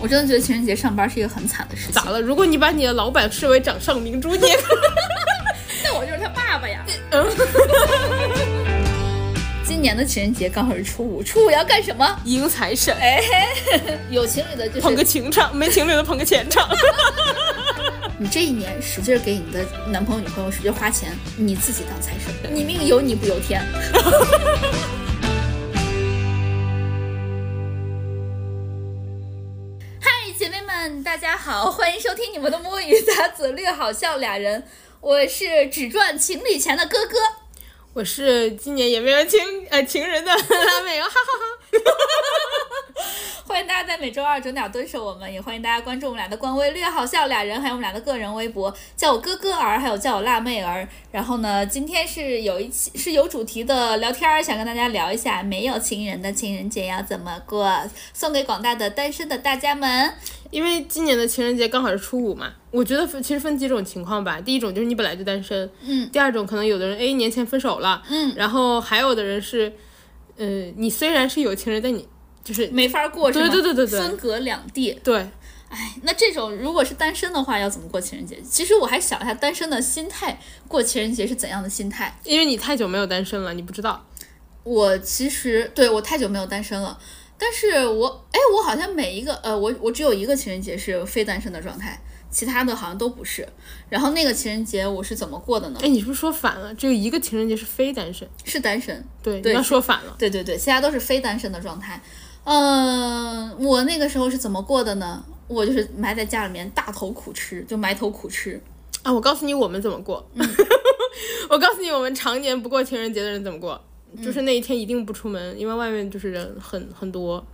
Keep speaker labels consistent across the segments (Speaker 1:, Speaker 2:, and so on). Speaker 1: 我真的觉得情人节上班是一个很惨的事情
Speaker 2: 咋。了？如果你把你的老板视为掌上明珠，你 也
Speaker 1: 那我就是他爸爸呀。嗯 今年的情人节刚好是初五，初五要干什么？
Speaker 2: 迎财神，
Speaker 1: 有情侣的就是
Speaker 2: 捧个情场，没情侣的捧个钱场。
Speaker 1: 你这一年使劲儿给你的男朋友、女朋友使劲儿花钱，你自己当财神，你命由你不由天。 嗨，姐妹们，大家好，欢迎收听你们的摸鱼杂嘴绿好笑俩人，我是只赚情侣钱的哥哥。
Speaker 2: 我是今年也没有情呃情人的 拉美哈哈哈。
Speaker 1: 欢迎大家在每周二九点蹲守我们，也欢迎大家关注我们俩的官微“略好笑俩人”，还有我们俩的个人微博，叫我哥哥儿，还有叫我辣妹儿。然后呢，今天是有一期是有主题的聊天儿，想跟大家聊一下没有情人的情人节要怎么过，送给广大的单身的大家们。
Speaker 2: 因为今年的情人节刚好是初五嘛，我觉得分其实分几种情况吧。第一种就是你本来就单身，
Speaker 1: 嗯，
Speaker 2: 第二种可能有的人哎年前分手了，
Speaker 1: 嗯，
Speaker 2: 然后还有的人是，呃，你虽然是有情人，但你就是
Speaker 1: 没法过是吗？
Speaker 2: 对对对对对
Speaker 1: 分隔两地。
Speaker 2: 对
Speaker 1: 哎，那这种如果是单身的话，要怎么过情人节？其实我还想一下，单身的心态过情人节是怎样的心态？
Speaker 2: 因为你太久没有单身了，你不知道。
Speaker 1: 我其实对我太久没有单身了，但是我哎，我好像每一个呃，我我只有一个情人节是非单身的状态，其他的好像都不是。然后那个情人节我是怎么过的呢
Speaker 2: 哎，？你是不是说反了？只有一个情人节是非单身，
Speaker 1: 是单身，
Speaker 2: 对，
Speaker 1: 对
Speaker 2: 你要说反了。
Speaker 1: 对对对，其他都是非单身的状态。嗯、我那个时候是怎么过的呢？我就是埋在家里面大头苦吃，就埋头苦吃。
Speaker 2: 啊，我告诉你我们怎么过。 我告诉你，我们常年不过情人节的人怎么过，就是那一天一定不出门，因为外面就是人很很多。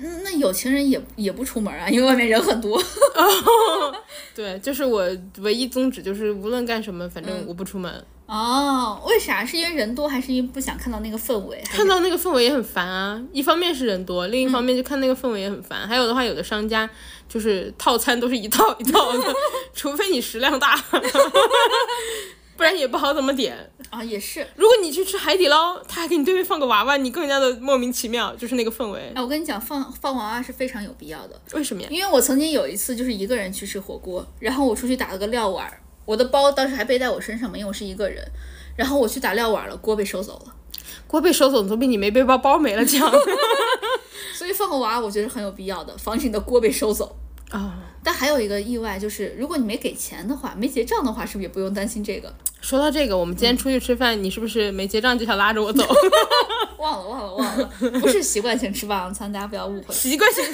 Speaker 1: 嗯那有情人也也不出门啊，因为外面人很多。
Speaker 2: 对，就是我唯一宗旨就是无论干什么，反正我不出门。
Speaker 1: 哦，为啥？是因为人多，还是因为不想看到那个氛围？还是
Speaker 2: 看到那个氛围也很烦啊，一方面是人多，另一方面就看那个氛围也很烦。还有的话，有的商家就是套餐都是一套一套的， 除非你食量大， 不然也不好怎么点。
Speaker 1: 啊，也是。
Speaker 2: 如果你去吃海底捞，他还给你对面放个娃娃，你更加的莫名其妙，就是那个氛围。
Speaker 1: 哎，我跟你讲，放放娃娃是非常有必要的，
Speaker 2: 为什么呀？
Speaker 1: 因为我曾经有一次就是一个人去吃火锅，然后我出去打了个料碗儿，我的包当时还背在我身上嘛，因为我是一个人，然后我去打料碗儿了，锅被收走了，
Speaker 2: 锅被收走总比你没背包包没了 强
Speaker 1: 所以放个娃娃我觉得是很有必要的，防止你的锅被收走。
Speaker 2: 啊！
Speaker 1: 但还有一个意外就是，如果你没给钱的话，没结账的话，是不是也不用担心这个？
Speaker 2: 说到这个，我们今天出去吃饭，你是不是没结账就想拉着我 走？
Speaker 1: 忘了忘了忘了，不是习惯性吃霸王餐，大家不要误会。
Speaker 2: 习惯性，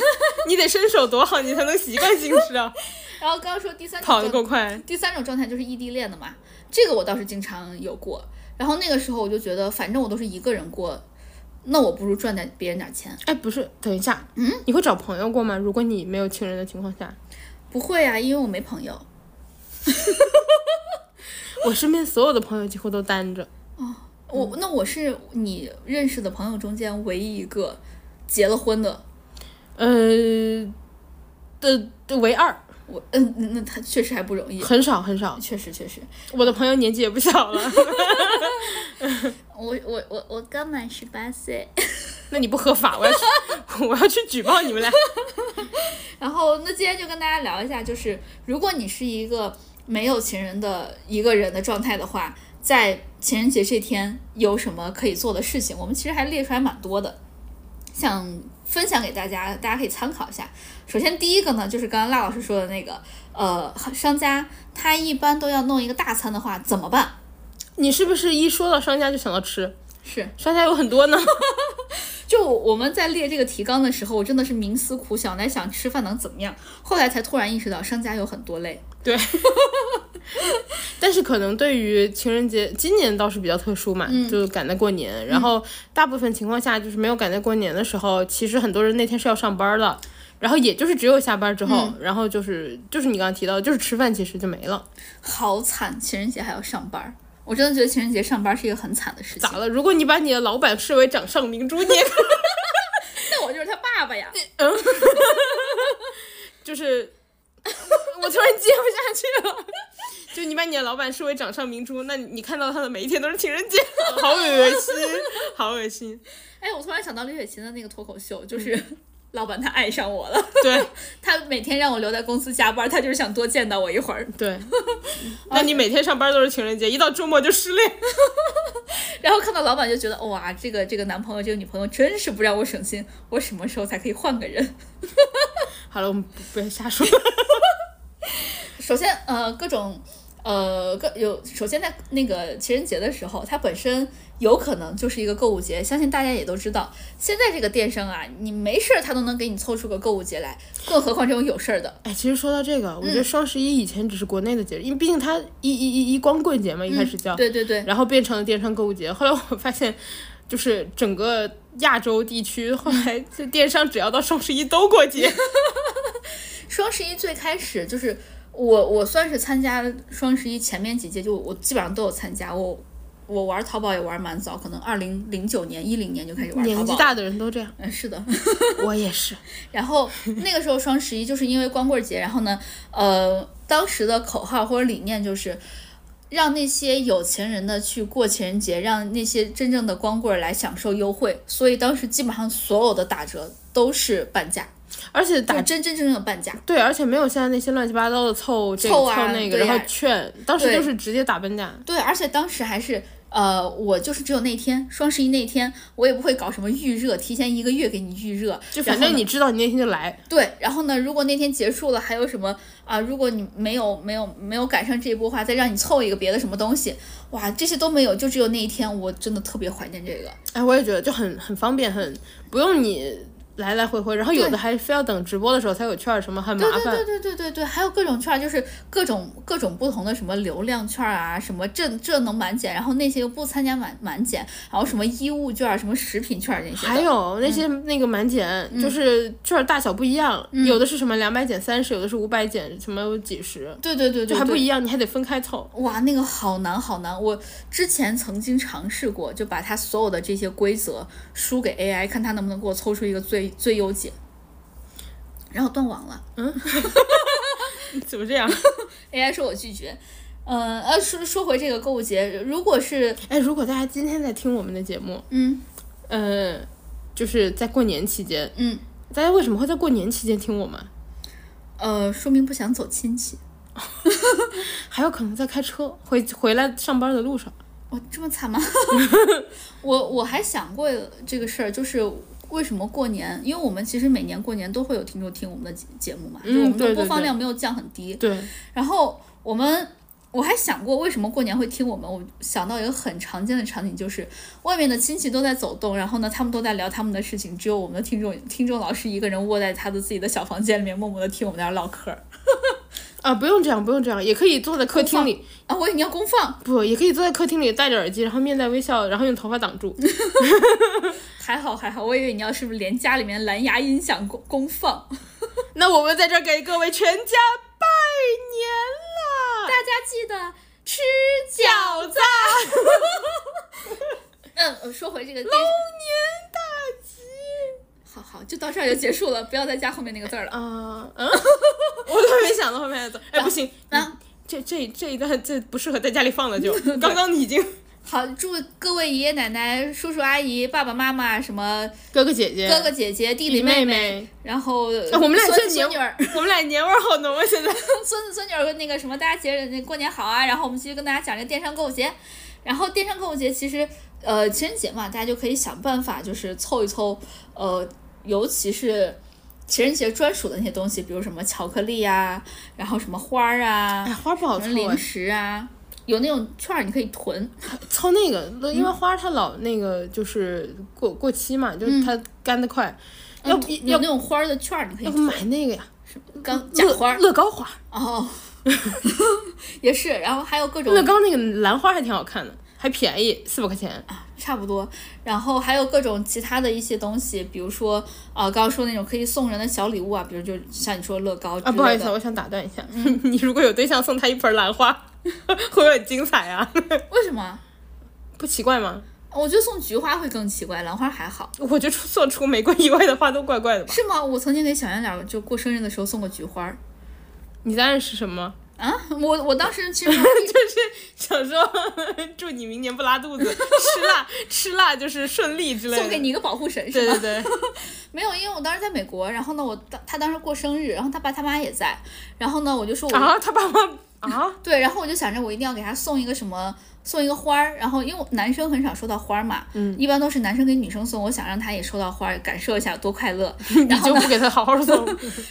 Speaker 2: 你得伸手多好，你才能习惯性吃啊！
Speaker 1: 然后刚刚说第三种
Speaker 2: 跑得
Speaker 1: 状
Speaker 2: 够快。
Speaker 1: 第三种状态就是异地恋的嘛，这个我倒是经常有过。然后那个时候我就觉得，反正我都是一个人过，那我不如赚点别人点钱。
Speaker 2: 哎，不是，等一下，嗯，你会找朋友过吗？如果你没有情人的情况下，
Speaker 1: 不会啊，因为我没朋友。
Speaker 2: 我身边所有的朋友几乎都单着。
Speaker 1: 我那我是你认识的朋友中间唯一一个结了婚的。
Speaker 2: 呃，的的唯二，
Speaker 1: 我嗯，那那他确实还不容易，
Speaker 2: 很少很少。
Speaker 1: 确实确实。
Speaker 2: 我的朋友年纪也不小 了，
Speaker 1: 我我我我刚满十八岁，
Speaker 2: 那你不合法，我要去， 我要去举报你们俩。
Speaker 1: 然后那今天就跟大家聊一下，就是如果你是一个没有情人的一个人的状态的话，在情人节这天有什么可以做的事情？我们其实还列出来蛮多的，想分享给大家，大家可以参考一下。首先第一个呢，就是刚刚辣老师说的那个，呃，商家他一般都要弄一个大餐的话怎么办？
Speaker 2: 你是不是一说到商家就想到吃？
Speaker 1: 是，
Speaker 2: 商家有很多呢。
Speaker 1: 就我们在列这个提纲的时候，我真的是冥思苦想，来想吃饭能怎么样。后来才突然意识到，商家有很多类。
Speaker 2: 但是可能对于情人节，今年倒是比较特殊嘛，就赶在过年。然后大部分情况下，就是没有赶在过年的时候，其实很多人那天是要上班的。然后也就是只有下班之后，然后就是就是你刚刚提到的，就是吃饭其实就没了。
Speaker 1: 好惨，情人节还要上班儿。我真的觉得情人节上班是一个很惨的事情
Speaker 2: 咋。了？如果你把你的老板视为掌上明珠，你也
Speaker 1: 那我就是他爸爸呀。
Speaker 2: 就是 我我突然接不下去了。就你把你的老板视为掌上明珠，那你看到他的每一天都是情人节，好恶心，好恶心。嗯
Speaker 1: 哎，我突然想到李雪琴的那个脱口秀，就是 老板他爱上我了，
Speaker 2: 对
Speaker 1: 他每天让我留在公司加班，他就是想多见到我一会儿。
Speaker 2: 对，那你每天上班都是情人节，一到周末就失恋。
Speaker 1: 然后看到老板就觉得哇，这个这个男朋友这个女朋友真是不让我省心，我什么时候才可以换个人？
Speaker 2: 好了，我们不不要瞎说。
Speaker 1: 首先，呃，各种，呃，各有，首先在那个情人节的时候，它本身有可能就是一个购物节，相信大家也都知道。现在这个电商啊，你没事儿它都能给你凑出个购物节来，更何况这种有事儿的。
Speaker 2: 哎，其实说到这个，我觉得双十一以前只是国内的节日，因为毕竟它一一一一光棍节嘛，一开始叫，
Speaker 1: 对对对，
Speaker 2: 然后变成了电商购物节。后来我发现，就是整个亚洲地区，后来这电商只要到双十一都过节。
Speaker 1: 双十一最开始就是我，我算是参加双十一前面几届，就我基本上都有参加。我我玩淘宝也玩蛮早，可能二零零九年、一零年就开始玩淘
Speaker 2: 年纪
Speaker 1: 宝。
Speaker 2: 大的人都这样，
Speaker 1: 嗯，是的。
Speaker 2: 我也是。
Speaker 1: 然后那个时候双十一就是因为光棍节，然后呢，呃，当时的口号或者理念就是让那些有钱人的去过情人节，让那些真正的光棍儿来享受优惠。所以当时基本上所有的打折都是半价，
Speaker 2: 而且
Speaker 1: 就
Speaker 2: 打
Speaker 1: 真真正正的半价。
Speaker 2: 对，而且没有现在那些乱七八糟的凑这个
Speaker 1: 凑啊
Speaker 2: 那个，
Speaker 1: 对
Speaker 2: 然
Speaker 1: 呀
Speaker 2: 后券，当时
Speaker 1: 对
Speaker 2: 就是直接打半价。
Speaker 1: 对，而且当时还是呃，我就是只有那天双十一那天，我也不会搞什么预热，提前一个月给你预热，
Speaker 2: 就
Speaker 1: 然
Speaker 2: 反
Speaker 1: 后
Speaker 2: 正
Speaker 1: 呢
Speaker 2: 你知道你那天就来，
Speaker 1: 对。然后呢，如果那天结束了，还有什么啊、如果你没有没有没有赶上这一波的话，再让你凑一个别的什么东西，哇，这些都没有，就只有那一天，我真的特别怀念这个。
Speaker 2: 哎，我也觉得就很很方便，很不用你来来回回，然后有的还非要等直播的时候才有券儿，什么很麻
Speaker 1: 对
Speaker 2: 烦
Speaker 1: 对。对对对对，还有各种券儿，就是各种各种不同的什么流量券儿啊，什么这这能满减，然后那些又不参加满满减，然后什么衣物券儿、什么食品券儿那些的。
Speaker 2: 还有那些那个满减，就是
Speaker 1: 嗯
Speaker 2: 券儿大小不一样，有的是什么两百减三十，有的是五百减什么几十，
Speaker 1: 对对对对，
Speaker 2: 就还
Speaker 1: 对
Speaker 2: 不一样，你还得分 开凑。
Speaker 1: 哇，那个好难好难！我之前曾经尝试过，就把它所有的这些规则输给 AI，看它能不能给我凑出一个最最优解。然后断网了
Speaker 2: 怎么这样？
Speaker 1: ，AI 说我拒绝。嗯呃，说说回这个购物节，如果是
Speaker 2: 哎，如果大家今天在听我们的节目，
Speaker 1: 嗯
Speaker 2: 呃，就是在过年期间，
Speaker 1: 嗯
Speaker 2: 大家为什么会在过年期间听我们？
Speaker 1: 呃，说明不想走亲戚，
Speaker 2: 还有可能在开车回回来上班的路上。
Speaker 1: 哇，这么惨吗？ 我我还想过这个事儿，就是为什么过年，因为我们其实每年过年都会有听众听我们的节节目嘛，就
Speaker 2: 嗯
Speaker 1: 我们
Speaker 2: 对
Speaker 1: 的
Speaker 2: 对
Speaker 1: 播放
Speaker 2: 对
Speaker 1: 量没有降很低，
Speaker 2: 对，
Speaker 1: 然后我们我还想过为什么过年会听我们，我想到一个很常见的场景，就是外面的亲戚都在走动，然后呢，他们都在聊他们的事情，只有我们的听众听众老师一个人窝在他的自己的小房间里面，默默的听我们在那儿唠嗑儿
Speaker 2: 啊，不用这样，不用这样，也可以坐在客厅里，
Speaker 1: 啊！我以为你要公放，
Speaker 2: 不，也可以坐在客厅里戴着耳机，然后面带微笑，然后用头发挡 住。
Speaker 1: 还好还好，我以为你要是不是连家里面蓝牙音响公公放，
Speaker 2: 那我们在这儿给各位全家拜年
Speaker 1: 大
Speaker 2: 啦！
Speaker 1: 家记得吃饺。
Speaker 2: 饺子，
Speaker 1: 嗯，呃说回这个电视，
Speaker 2: 年大吉！
Speaker 1: 好好，就到这儿就结束了，不要再加后面那个字儿了。
Speaker 2: 啊、嗯， 我都没想到后面的字。哎，不行，
Speaker 1: 那
Speaker 2: 这这这一段这不适合在家里放了就，刚刚你已经
Speaker 1: 好，祝各位爷爷奶奶、叔叔阿姨、爸爸妈妈什么。
Speaker 2: 哥哥姐姐
Speaker 1: 哥哥姐姐、弟弟
Speaker 2: 妹
Speaker 1: 妹，然后
Speaker 2: 哎我们俩这
Speaker 1: 孙子孙
Speaker 2: 年
Speaker 1: 女儿、
Speaker 2: 我们俩年味儿好浓啊！现在
Speaker 1: 孙子孙女儿那个什么，大家节日那过年好啊！然后我们继续跟大家讲这个电商购物节。然后电商购物节其实，呃，情人节嘛，大家就可以想办法，就是凑一凑，呃，尤其是情人节专属的那些东西，比如什么巧克力啊，然后什么花儿啊
Speaker 2: 哎，，花不好
Speaker 1: 什
Speaker 2: 抽
Speaker 1: 么
Speaker 2: 啊
Speaker 1: 零，食啊，有那种券儿你可以囤，
Speaker 2: 抽哎那个，因为花它老那个就是过过期嘛，就是它干得快，要不
Speaker 1: 嗯有
Speaker 2: 要
Speaker 1: 那种花儿的券儿你可以
Speaker 2: 要不
Speaker 1: 囤，
Speaker 2: 买那个呀？
Speaker 1: 刚假
Speaker 2: 嗯乐
Speaker 1: 花儿
Speaker 2: 乐高嗯花，
Speaker 1: 哦， 也是，然后还有各种
Speaker 2: 乐高那个兰花还挺好看的，还便宜，四百块钱。
Speaker 1: 差不多，然后还有各种其他的一些东西，比如说，呃，刚刚说那种可以送人的小礼物啊，比如就像你说乐高之
Speaker 2: 啊，不好
Speaker 1: 类
Speaker 2: 意思，
Speaker 1: 的。嗯
Speaker 2: 我想打断一下， 你如果有对象送他一盆兰花， 会不会很精彩啊？
Speaker 1: 为什么？
Speaker 2: 不奇怪吗？
Speaker 1: 我觉得送菊花会更奇怪，兰花还好，
Speaker 2: 我觉得除做除玫瑰以外的花都怪怪的吧？
Speaker 1: 是吗？我曾经给小圆脸儿就过生日的时候送过菊花儿，
Speaker 2: 你在暗示什么？
Speaker 1: 啊，我我当时 其实
Speaker 2: 想说祝你明年不拉肚子，吃辣 吃辣就是顺利之类的。
Speaker 1: 送给你一个保护神
Speaker 2: 对
Speaker 1: 是吧？
Speaker 2: 对对，
Speaker 1: 没有，因为我当时在美国，然后呢，我当他当时过生日，然后他爸他妈也在，然后呢，我就说我、
Speaker 2: 啊，他爸妈啊，
Speaker 1: 对，然后我就想着我一定要给他送一个什么，送一个花儿，然后因为我男生很少收到花儿嘛，嗯，一般都是男生给女生送，我想让他也收到花儿，感受一下多快乐，
Speaker 2: 你就不给他好好送，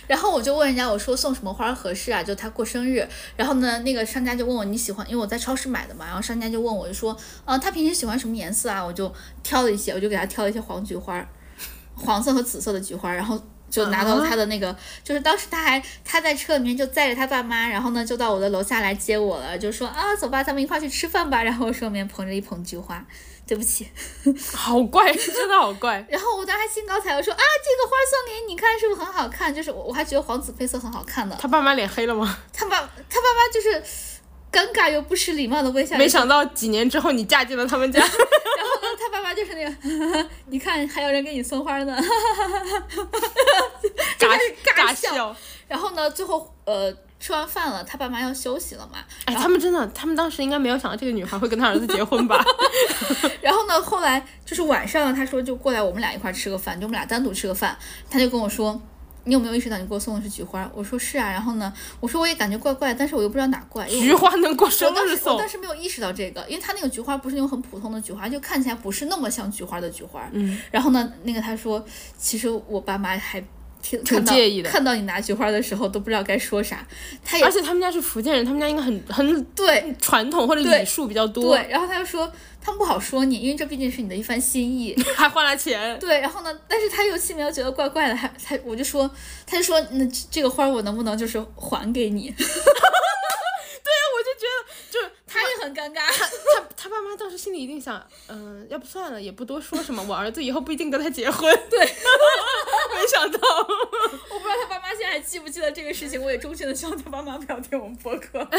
Speaker 1: 然后我就问人家，我说送什么花儿合适啊？就他过生日，然后呢，那个商家就问我你喜欢，因为我在超市买的嘛，然后商家就问我就说，呃，他平时喜欢什么颜色啊？我就挑了一些，我就给他挑了一些黄菊花儿，黄色和紫色的菊花儿，然后。就拿到他的那个，就是当时他还他在车里面就载着他爸妈，然后呢就到我的楼下来接我了，就说啊走吧，咱们一块儿去吃饭吧。然后我手里面捧着一捧菊花，对不起，
Speaker 2: 好怪，真的好怪。
Speaker 1: 然后我当时还兴高采烈说啊，这个花送给你，你看是不是很好看？就是我我还觉得黄紫配色很好看呢。
Speaker 2: 他爸妈脸黑了吗？
Speaker 1: 他爸他爸妈就是尴尬又不失礼貌的微笑，
Speaker 2: 没想到几年之后你嫁进了他 们家，
Speaker 1: 然后呢，他爸妈就是那个， 你看还有人给你送花呢。
Speaker 2: 尬
Speaker 1: 尬
Speaker 2: 尬
Speaker 1: 笑
Speaker 2: 笑。
Speaker 1: 然后呢，最后呃吃完饭了，他爸妈要休息了嘛。
Speaker 2: 哎，他们真的，他们当时应该没有想到这个女孩会跟他儿子结婚 吧？
Speaker 1: 然后呢，后来就是晚上，他说就过来我们俩一块儿吃个饭，就我们俩单独吃个饭。他就跟我说，你有没有意识到你给我送的是菊花？我说是啊。然后呢，我说我也感觉怪怪，但是我又不知道哪怪。因为我
Speaker 2: 菊花能过
Speaker 1: 我
Speaker 2: 生
Speaker 1: 当
Speaker 2: 日
Speaker 1: 时我
Speaker 2: 送
Speaker 1: 当，时没有意识到这个，因为他那个菊花不是那种很普通的菊花，就看起来不是那么像菊花的菊花。
Speaker 2: 嗯，
Speaker 1: 然后呢，那个他说，其实我爸妈还挺
Speaker 2: 挺
Speaker 1: 看到
Speaker 2: 介意的
Speaker 1: 看到你拿菊花的时候都不知道该说啥。他也
Speaker 2: 而且他们家是福建人，他们家应该很很
Speaker 1: 对
Speaker 2: 传统或者
Speaker 1: 对
Speaker 2: 礼数比较多，
Speaker 1: 对，然后他就说他们不好说你，因为这毕竟是你的一番心意。
Speaker 2: 还花了钱。
Speaker 1: 对，然后呢，但是他又气没有觉得怪怪的，还他我就说，他就说那这这个花我能不能就是还给你？
Speaker 2: 啊我就觉得，就是
Speaker 1: 他也很尴尬。
Speaker 2: 他他爸妈当时心里一定想，嗯、要不算了，也不多说什么， 我儿子以后不一定跟他结婚。对， 没想到，
Speaker 1: 我不知道他爸妈现在还记不记得这个事情，我也衷心的希望他爸妈不要听我们播客。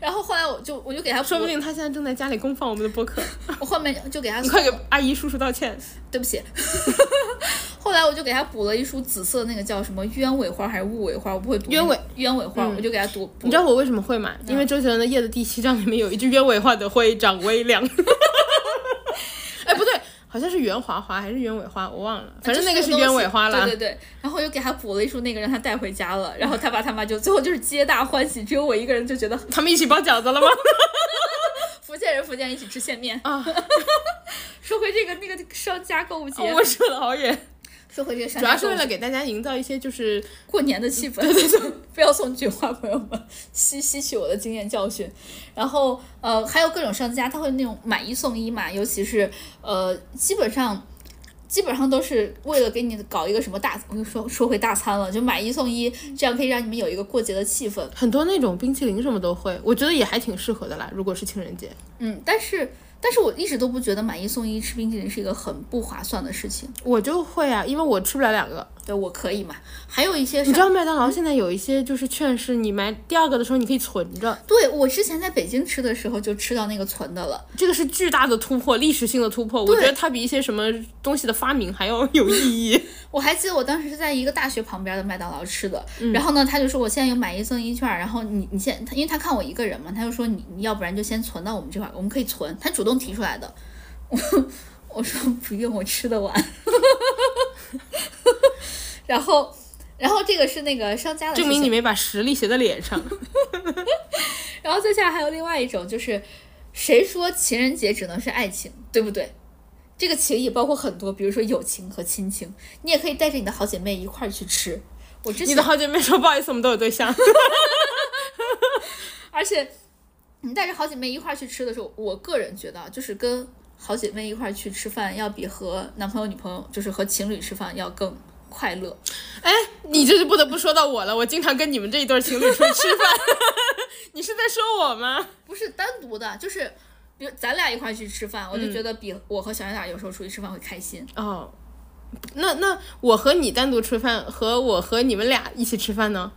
Speaker 1: 然后后来我就我就给他补
Speaker 2: 说不定他现在正在家里公放我们的播客。
Speaker 1: 我后面就给他
Speaker 2: 你快给阿姨叔叔道歉。
Speaker 1: 对不起， 后来我就给他补了一束紫色的那个叫什么鸢尾花还是雾尾花，我不会读
Speaker 2: 鸢尾嗯
Speaker 1: 鸢尾花，我就给他读。
Speaker 2: 你知道我为什么会买？
Speaker 1: 嗯
Speaker 2: 因为周杰伦的《夜的第七章》里面有一句鸢尾花的会长微凉。 哎，不对，好像是袁华华还是鸢尾花，我忘了，反正那
Speaker 1: 啊就
Speaker 2: 个是
Speaker 1: 东西
Speaker 2: 鸢尾花啦。
Speaker 1: 对对对，然后又给他补了一束那个，让他带回家了。然后他爸他妈就最后就是皆大欢喜，只有我一个人就觉得
Speaker 2: 他们一起包饺 子了吗？
Speaker 1: 福建人福建人一起吃线面
Speaker 2: 啊。
Speaker 1: 说回这个那个商家购物节，
Speaker 2: 哦我说了好远，
Speaker 1: 说回这个商
Speaker 2: 主
Speaker 1: 家
Speaker 2: 要是
Speaker 1: 购物
Speaker 2: 为
Speaker 1: 节
Speaker 2: 了给大家营造一些就是
Speaker 1: 过年的气氛， 不要送菊花，朋友们，吸吸取我的经验教训。然后呃，还有各种商家，他会那种买一送一嘛，尤其是呃，基本上。基本上都是为了给你搞一个什么大，我就说说回大餐了，就买一送一，这样可以让你们有一个过节的气氛。
Speaker 2: 很多那种冰淇淋什么都会，我觉得也还挺适合的啦。如果是情人节，
Speaker 1: 嗯，但是但是我一直都不觉得买一送一吃冰淇淋是一个很不划算的事情。
Speaker 2: 我就会啊，因为我吃不了两个。
Speaker 1: 对，我可以嘛。还有一些
Speaker 2: 你知
Speaker 1: 啥？
Speaker 2: 道麦当劳现在有一些就是券是你买第二个的时候你可以存着，
Speaker 1: 对我之前在北京吃的时候就吃到那个存的了，
Speaker 2: 这个是巨大的突破，历史性的突破。我觉得它比一些什么东西的发明还要 有意义。
Speaker 1: 我还记得我当时是在一个大学旁边的麦当劳吃的，
Speaker 2: 嗯
Speaker 1: 然后呢，他就说我现在有买一赠一券儿，然后你你先，他因为他看我一个人嘛，他就说你你要不然就先存到我们这块儿，我们可以存，他主动提出来的。 我我说不用，我吃得完。 然后然后这个是那个商家的事
Speaker 2: 证明
Speaker 1: 情
Speaker 2: 你没把实力写在脸上。
Speaker 1: 然后再下来还有另外一种，就是谁说情人节只能是爱情，对不对？这个情也包括很多，比如说友情和亲情，你也可以带着你的好姐妹一块儿去吃。我之
Speaker 2: 你
Speaker 1: 前
Speaker 2: 的，好姐妹说不好意思，我们都有对象。
Speaker 1: 而且你带着好姐妹一块儿去吃的时候，我个人觉得啊，就是跟好姐妹一块儿去吃饭，要比和男朋友、女朋友，就是和情侣吃饭要更快乐。
Speaker 2: 哎，你这就不得不说到我了。我经常跟你们这一对情侣出去吃饭， 你是在说我吗？
Speaker 1: 不是单独的，就是比如咱俩一块儿去吃饭，我就觉得比我和小圆脸有时候出去吃饭会开心。
Speaker 2: 哦，那那我和你单独吃饭，和我和你们俩一起吃饭呢？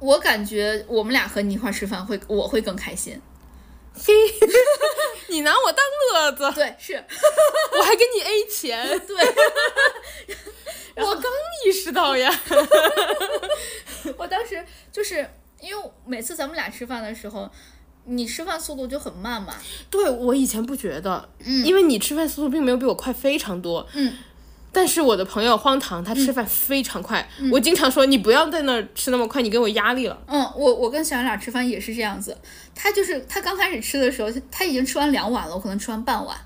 Speaker 1: 我感觉我们俩和你一块儿吃饭会，我会更开心。
Speaker 2: 嘿，你拿我当乐子，
Speaker 1: 对，是
Speaker 2: 我还给你 A 钱，
Speaker 1: 对。
Speaker 2: 我刚意识到呀。
Speaker 1: 我当时就是因为每次咱们俩吃饭的时候，你吃饭速度就很慢嘛。
Speaker 2: 对我以前不觉得，
Speaker 1: 嗯
Speaker 2: 因为你吃饭速度并没有比我快非常多，
Speaker 1: 嗯，
Speaker 2: 但是我的朋友荒唐，他吃饭非常快，我经常说你不要在那儿吃那么快，你给我压力了。
Speaker 1: 嗯，我我跟小杨俩吃饭也是这样子，他就是他刚开始吃的时候，他已经吃完两碗了，我可能吃完半碗，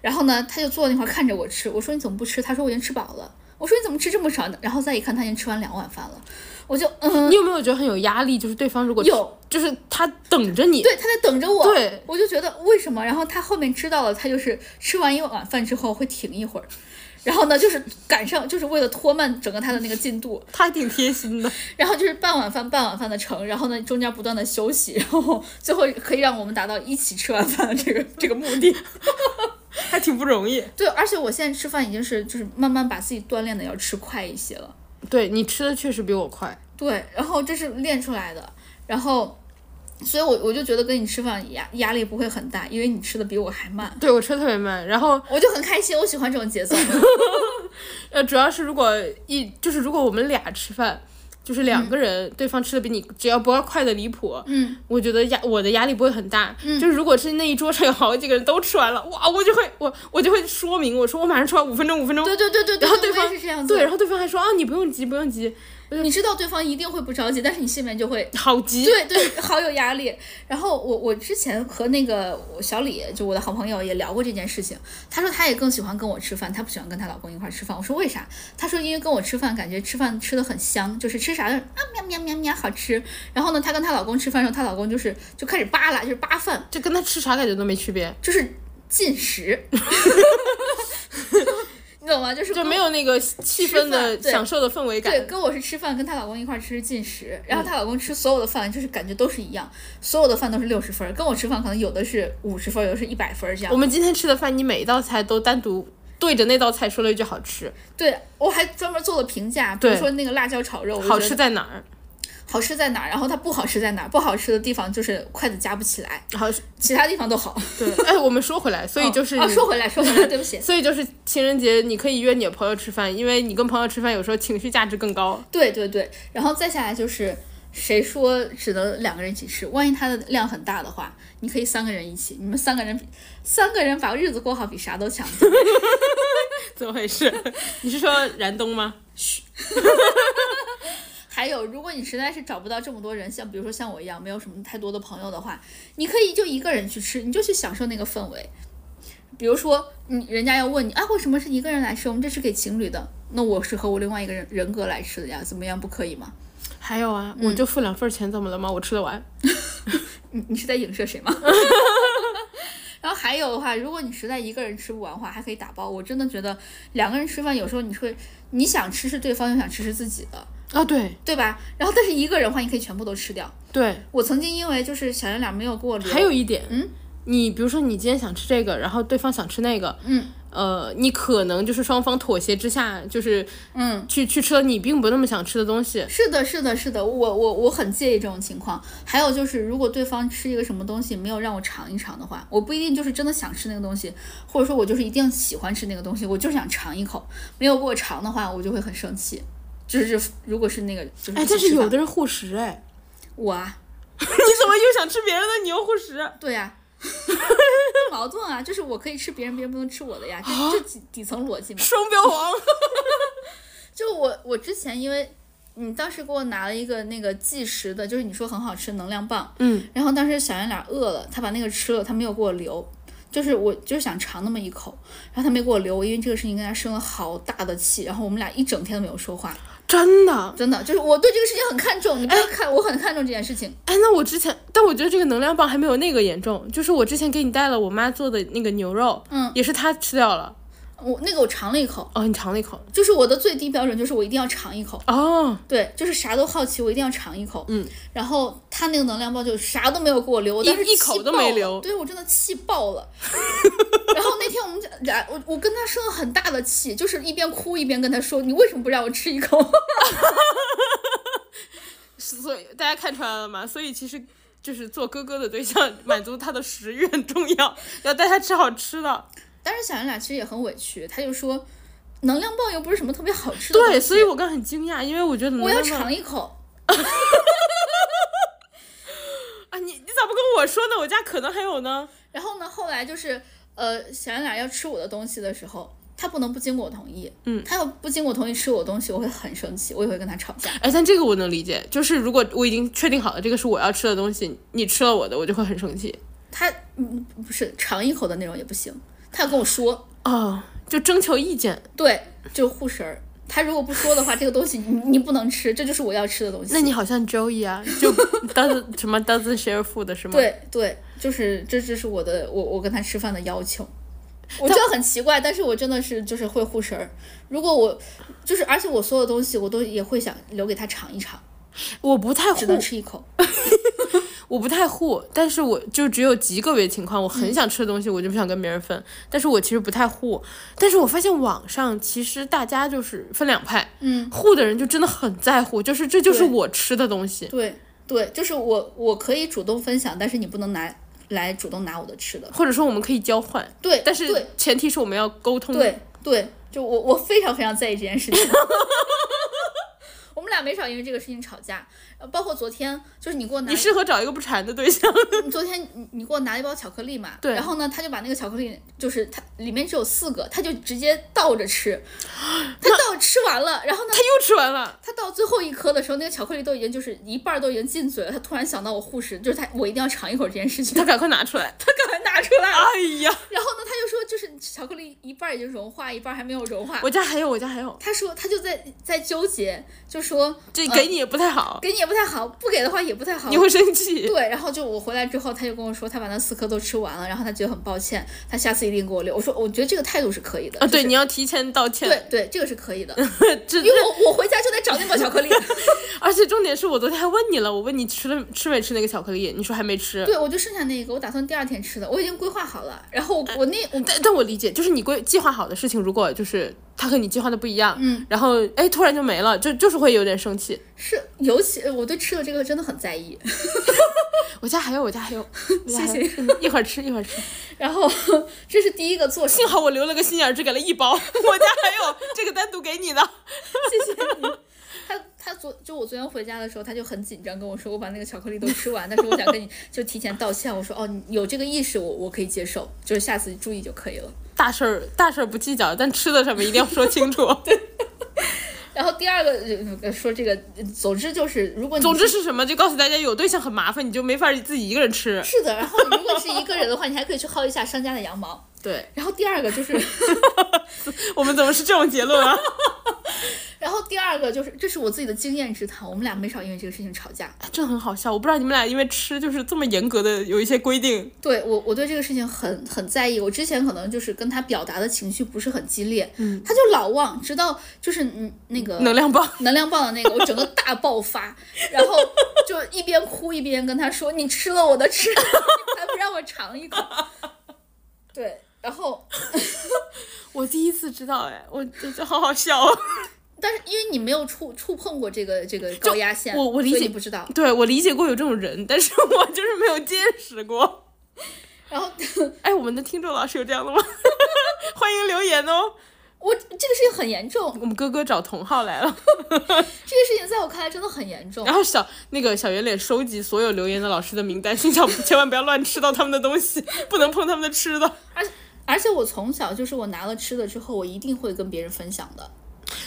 Speaker 1: 然后呢，他就坐那块儿看着我吃，我说你怎么不吃？他说我已经吃饱了。我说你怎么吃这么少呢？然后再一看，他已经吃完两碗饭了，我就嗯，
Speaker 2: 你有没有觉得很有压力？就是对方如果吃
Speaker 1: 有，
Speaker 2: 就是他等着你，
Speaker 1: 对，他在等着我，
Speaker 2: 对，
Speaker 1: 我就觉得为什么？然后他后面知道了，他就是吃完一碗饭之后会停一会儿，然后呢，就是赶上，就是为了拖慢整个他的那个进度，
Speaker 2: 他还挺贴心 的。
Speaker 1: 然后就是半碗饭半碗饭的盛，然后呢中间不断的休息，然后最后可以让我们达到一起吃完饭的这个这个目的。
Speaker 2: 还挺不容易。
Speaker 1: 对，而且我现在吃饭已经是就是慢慢把自己锻炼的要吃快一些了。
Speaker 2: 对你吃的确实比我快，
Speaker 1: 对，然后这是练出来的，然后。所以我，我就觉得跟你吃饭压压力不会很大，因为你吃的比我还慢，
Speaker 2: 对我吃的特别慢。然后
Speaker 1: 我就很开心，我喜欢这种节 奏。
Speaker 2: 呃，主要是如果一就是如果我们俩吃饭，就是两个人，对方吃的比你只要不要快的离谱，
Speaker 1: 嗯，
Speaker 2: 我觉得压我的压力不会很大。就是如果是那一桌上有好几个人都吃完了，哇，我就会我我就会说明我说我马上吃完五分钟五分钟，
Speaker 1: 对对对对对，
Speaker 2: 然后对
Speaker 1: 我也
Speaker 2: 方
Speaker 1: 是这样子。
Speaker 2: 对，然后对方还说啊你不用急不用急，
Speaker 1: 你知道对方一定会不着急，但是你心里面就会
Speaker 2: 好急，
Speaker 1: 对对，好有压力。然后我我之前和那个我小李，就我的好朋友也聊过这件事情。她说她也更喜欢跟我吃饭，她不喜欢跟她老公一块儿吃饭。我说为啥？她说因为跟我吃饭，感觉吃饭吃的很香，就是吃啥都是啊喵喵喵喵好吃。然后呢，她跟她老公吃饭的时候，她老公就是就开始扒拉，就是扒饭，
Speaker 2: 就跟他吃啥感觉都没区别，
Speaker 1: 就是进 食， 你懂吗？就是
Speaker 2: 就
Speaker 1: 跟
Speaker 2: 没有那个气
Speaker 1: 吃
Speaker 2: 氛
Speaker 1: 饭
Speaker 2: 的
Speaker 1: 对
Speaker 2: 享受的氛围感。
Speaker 1: 对，跟我是吃饭，跟她老公一块儿吃是进食，然后她老公吃所有的饭就是感觉都是一样，所有的饭都是六十分儿，跟我吃饭可能有的是五十分儿，有的是一百分儿这
Speaker 2: 我
Speaker 1: 样。
Speaker 2: 们今天吃的饭，你每一道菜都单独对着那道菜说了一句好吃，
Speaker 1: 对我还专门做了评价，比如
Speaker 2: 对
Speaker 1: 说那个辣椒炒肉，我就
Speaker 2: 好
Speaker 1: 觉
Speaker 2: 吃
Speaker 1: 得
Speaker 2: 在哪儿？
Speaker 1: 好吃在哪儿，然后它不好吃在哪儿，不好吃的地方就是筷子夹不起来，
Speaker 2: 好吃
Speaker 1: 其他地方都好。
Speaker 2: 对。哎，我们说回来，所以就是
Speaker 1: 哦，啊
Speaker 2: 你
Speaker 1: 说回来，说回来，对不 起，
Speaker 2: 所以就是情人节，你可以约你的朋友吃饭，因为你跟朋友吃饭有时候情绪价值更高。
Speaker 1: 对对对，然后再下来就是。谁说只能两个人一起吃？万一它的量很大的话，你可以三个人一起，你们三个人比三个人把日子过好比啥都强。
Speaker 2: 怎么回事？ 你是说燃冬吗？
Speaker 1: 还有，如果你实在是找不到这么多人，像比如说像我一样，没有什么太多的朋友的话，你可以就一个人去吃，你就去享受那个氛围。比如说，你人家要问你啊，为什么是一个人来吃？我们这是给情侣的，那我是和我另外一个人人格来吃的呀，怎么样不可以吗？
Speaker 2: 还有啊，我就付两份钱，怎么了吗？我吃得完。
Speaker 1: 你你是在影射谁吗？ 然后还有的话，如果你实在一个人吃不完的话，还可以打包。我真的觉得两个人吃饭，有时候你会你想吃是对方，又想吃是自己的，
Speaker 2: 啊，对
Speaker 1: 对吧？然后但是一个人的话，你可以全部都吃掉。
Speaker 2: 对，
Speaker 1: 我曾经因为就是小圆脸没有给我留，
Speaker 2: 还有一点，嗯，你比如说你今天想吃这个，然后对方想吃那个，
Speaker 1: 嗯，
Speaker 2: 呃，你可能就是双方妥协之下，就是
Speaker 1: 嗯，
Speaker 2: 去去吃了你并不那么想吃的东西。
Speaker 1: 是的，是的，是的，我我我很介意这种情况。还有就是，如果对方吃一个什么东西没有让我尝一尝的话，我不一定就是真的想吃那个东西，或者说我就是一定喜欢吃那个东西，我就是想尝一口，没有给我尝的话，我就会很生气。就是如果是那个，就是
Speaker 2: 哎
Speaker 1: 一，起
Speaker 2: 但是
Speaker 1: 吃
Speaker 2: 有
Speaker 1: 饭
Speaker 2: 的人护食哎，
Speaker 1: 我啊，
Speaker 2: 你怎么又想吃别人的？你又护食？
Speaker 1: 对呀、 矛盾啊，就是我可以吃别人，别人不能吃我的呀，这
Speaker 2: 啊
Speaker 1: 这底底层逻辑嘛。
Speaker 2: 双标王，
Speaker 1: 就我我之前因为你当时给我拿了一个那个计时的，就是你说很好吃能量棒，
Speaker 2: 嗯，
Speaker 1: 然后当时小圆脸饿了，他把那个吃了，他没有给我留。就是我就是想尝那么一口，然后他没给我留，因为这个事情跟他生了好大的气，然后我们俩一整天都没有说话，
Speaker 2: 真的。
Speaker 1: 真的就是我对这个事情很看重，你不要看、我很看重这件事情，
Speaker 2: 哎，那我之前，但我觉得这个能量棒还没有那个严重。就是我之前给你带了我妈做的那个牛肉，
Speaker 1: 嗯，
Speaker 2: 也是她吃掉了。
Speaker 1: 我那个我尝了一口，
Speaker 2: 哦，你尝了一口。
Speaker 1: 就是我的最低标准就是我一定要尝一口，
Speaker 2: 哦，
Speaker 1: 对，就是啥都好奇，我一定要尝一口，
Speaker 2: 嗯，
Speaker 1: 然后他那个能量包就啥都没有给我留，我
Speaker 2: 一
Speaker 1: 当时气
Speaker 2: 一口都
Speaker 1: 爆
Speaker 2: 没
Speaker 1: 了
Speaker 2: 留
Speaker 1: 对我真的气爆了。然后那天我们俩俩，我我跟他生了很大的气，就是一边哭一边跟他说：“你为什么不让我吃一口
Speaker 2: 所以大家看出来了吗？所以其实就是做哥哥的对象，满足他的食欲很重要，要带他吃好吃的。？”
Speaker 1: 当时小圆俩其实也很委屈，他就说：“能量棒又不是什么特别好吃的东西，
Speaker 2: 对，所以我刚刚很惊讶，因为我觉得能
Speaker 1: 我要
Speaker 2: 量棒
Speaker 1: 尝一口。”
Speaker 2: 啊我说呢，我家可能还有呢。
Speaker 1: 然后呢，后来就是呃，小圆脸要吃我的东西的时候，他不能不经过我同意。
Speaker 2: 嗯，
Speaker 1: 他要不经过我同意吃我东西，我会很生气，我也会跟他吵架。
Speaker 2: 哎，但这个我能理解，就是如果我已经确定好了这个是我要吃的东西，你吃了我的，我就会很生气。
Speaker 1: 他嗯不是尝一口的那种也不行，他要跟我说，
Speaker 2: 哦，就征求意见。
Speaker 1: 对，就是护食儿。他如果不说的话，这个东西你你不能吃，这就是我要吃的东西。
Speaker 2: 那你好像 Joey 啊，就 does 什么 does share food 是吗？，
Speaker 1: 对对，就是这就是我的我我跟他吃饭的要求。我知道很奇怪，但是我真的是就是会护食儿。如果我就是，而且我所有东西我都也会想留给他尝一尝，
Speaker 2: 我不太
Speaker 1: 只
Speaker 2: 护
Speaker 1: 能，吃一口。
Speaker 2: 我不太护，但是我就只有极个别情况，我很想吃的
Speaker 1: 嗯
Speaker 2: 东西，我就不想跟别人分。但是我其实不太护，但是我发现网上其实大家就是分两派，
Speaker 1: 嗯，
Speaker 2: 护的人就真的很在乎，就是这就是
Speaker 1: 对
Speaker 2: 我吃的东西，
Speaker 1: 对对，就是我我可以主动分享，但是你不能拿来主动拿我的吃的。
Speaker 2: 或者说我们可以交换，
Speaker 1: 对，
Speaker 2: 但
Speaker 1: 对
Speaker 2: 是前提是我们要沟通。
Speaker 1: 对对，就我我非常非常在意这件事情。 我们俩没少因为这个事情吵架，呃包括昨天，就是你给我拿
Speaker 2: 你适合找一个不馋的对象。
Speaker 1: 你昨天你你给我拿了一包巧克力嘛，
Speaker 2: 对
Speaker 1: 然后呢，他就把那个巧克力，就是它里面只有四个，他就直接倒着 吃，他倒着吃完了，然后呢
Speaker 2: 他，又吃完了，
Speaker 1: 他到最后一颗的时候，那个巧克力都已经就是一半儿都已经进嘴了，他突然想到我护食，就是他我一定要尝一口这件事情，
Speaker 2: 他
Speaker 1: 他
Speaker 2: 赶快拿出来。
Speaker 1: 赶快拿出来了，
Speaker 2: 哎呀，
Speaker 1: 然后呢，他就说就是巧克力一半儿已经融化，一半儿还没有融化
Speaker 2: 我，家还有，我家还有，
Speaker 1: 他说他就在在纠结，就说
Speaker 2: 这给你也不太好，
Speaker 1: 给你也不太好，不给的话也不太好，
Speaker 2: 你会生 气。
Speaker 1: 对，然后就我回来之后，他就跟我说，他把那四颗都吃完了，然后他觉得很抱歉，他下次一定给我留。我说，我觉得这个态度是可以的
Speaker 2: 啊，
Speaker 1: 就
Speaker 2: 对，
Speaker 1: 是
Speaker 2: 你要提前道歉。
Speaker 1: 对对，这个是可以的，因
Speaker 2: 这
Speaker 1: 为我我回家就得找那包巧 克力。
Speaker 2: 而且重点是我昨天还问你了，我问你吃了吃没吃那个巧克力，你说还没吃。
Speaker 1: 对，我就剩下那个，我打算第二天吃的，我已经规划好了。然后我那我
Speaker 2: 但但我理解，就是你规计划好的事情，如果就是它和你计划的不一样，
Speaker 1: 嗯，
Speaker 2: 然后哎突然就没了，就就是会有点生气。
Speaker 1: 是尤其我对吃的这个真的很在意。
Speaker 2: 我家还有，我家还有， 我家还有
Speaker 1: 谢谢
Speaker 2: 嗯一会儿吃一会儿吃。
Speaker 1: 然后 这是第一个做事，
Speaker 2: 幸好我留了个心眼儿，只给了一包。我家还有，这个单独给你的。
Speaker 1: 谢谢你。他他昨就我昨天回家的时候，他就很紧张跟我说，我把那个巧克力都吃完，但是我想跟你就提前道歉。我说哦，你有这个意识我，我可以接受，就是下次注意就可以了。
Speaker 2: 大事儿大事儿不计较，但吃的上面一定要说清 楚。
Speaker 1: 然后第二个呃说这个，呃总之就是，如果你
Speaker 2: 总之是什么，就告诉大家有对象很麻烦，你就没法自己一个人吃。
Speaker 1: 是的，然后如果是一个人的话，你还可以去薅一下商家的羊毛。
Speaker 2: 对，
Speaker 1: 然后第二个就是，
Speaker 2: 我们怎么是这种结论啊？
Speaker 1: 然后第二个就是，这是我自己的经验之谈，我们俩没少因为这个事情吵架。
Speaker 2: 真的很好笑，我不知道你们俩因为吃就是这么严格的有一些规定。
Speaker 1: 对我，我对这个事情很很在意。我之前可能就是跟他表达的情绪不是很激烈，嗯，他就老忘，直到就是嗯那个
Speaker 2: 能量棒，
Speaker 1: 能量棒的那个，我整个大爆发，然后就一边哭一边跟他说：“你吃了我的吃，还不让我尝一口。”对，然后
Speaker 2: 我第一次知道，哎，我这这好好笑啊！
Speaker 1: 但是因为你没有触触碰过这个这个高压线，
Speaker 2: 我我理
Speaker 1: 所以
Speaker 2: 解
Speaker 1: 你不知道。
Speaker 2: 对我理解过有这种人，但是我就是没有见识过。
Speaker 1: 然后
Speaker 2: 哎，我们的听众老师有这样的吗？ 欢迎留言哦。
Speaker 1: 我这个事情很严重，
Speaker 2: 我们哥哥找同号来了，
Speaker 1: 这个事情在我看来真的很严重
Speaker 2: 然。后小那个小圆脸收集所有留言的老师的名单，心想千万不要乱吃到他们的东西， 不能碰他们的吃的。
Speaker 1: 而且我从小就是我拿了吃的之后，我一定会跟别人分享的，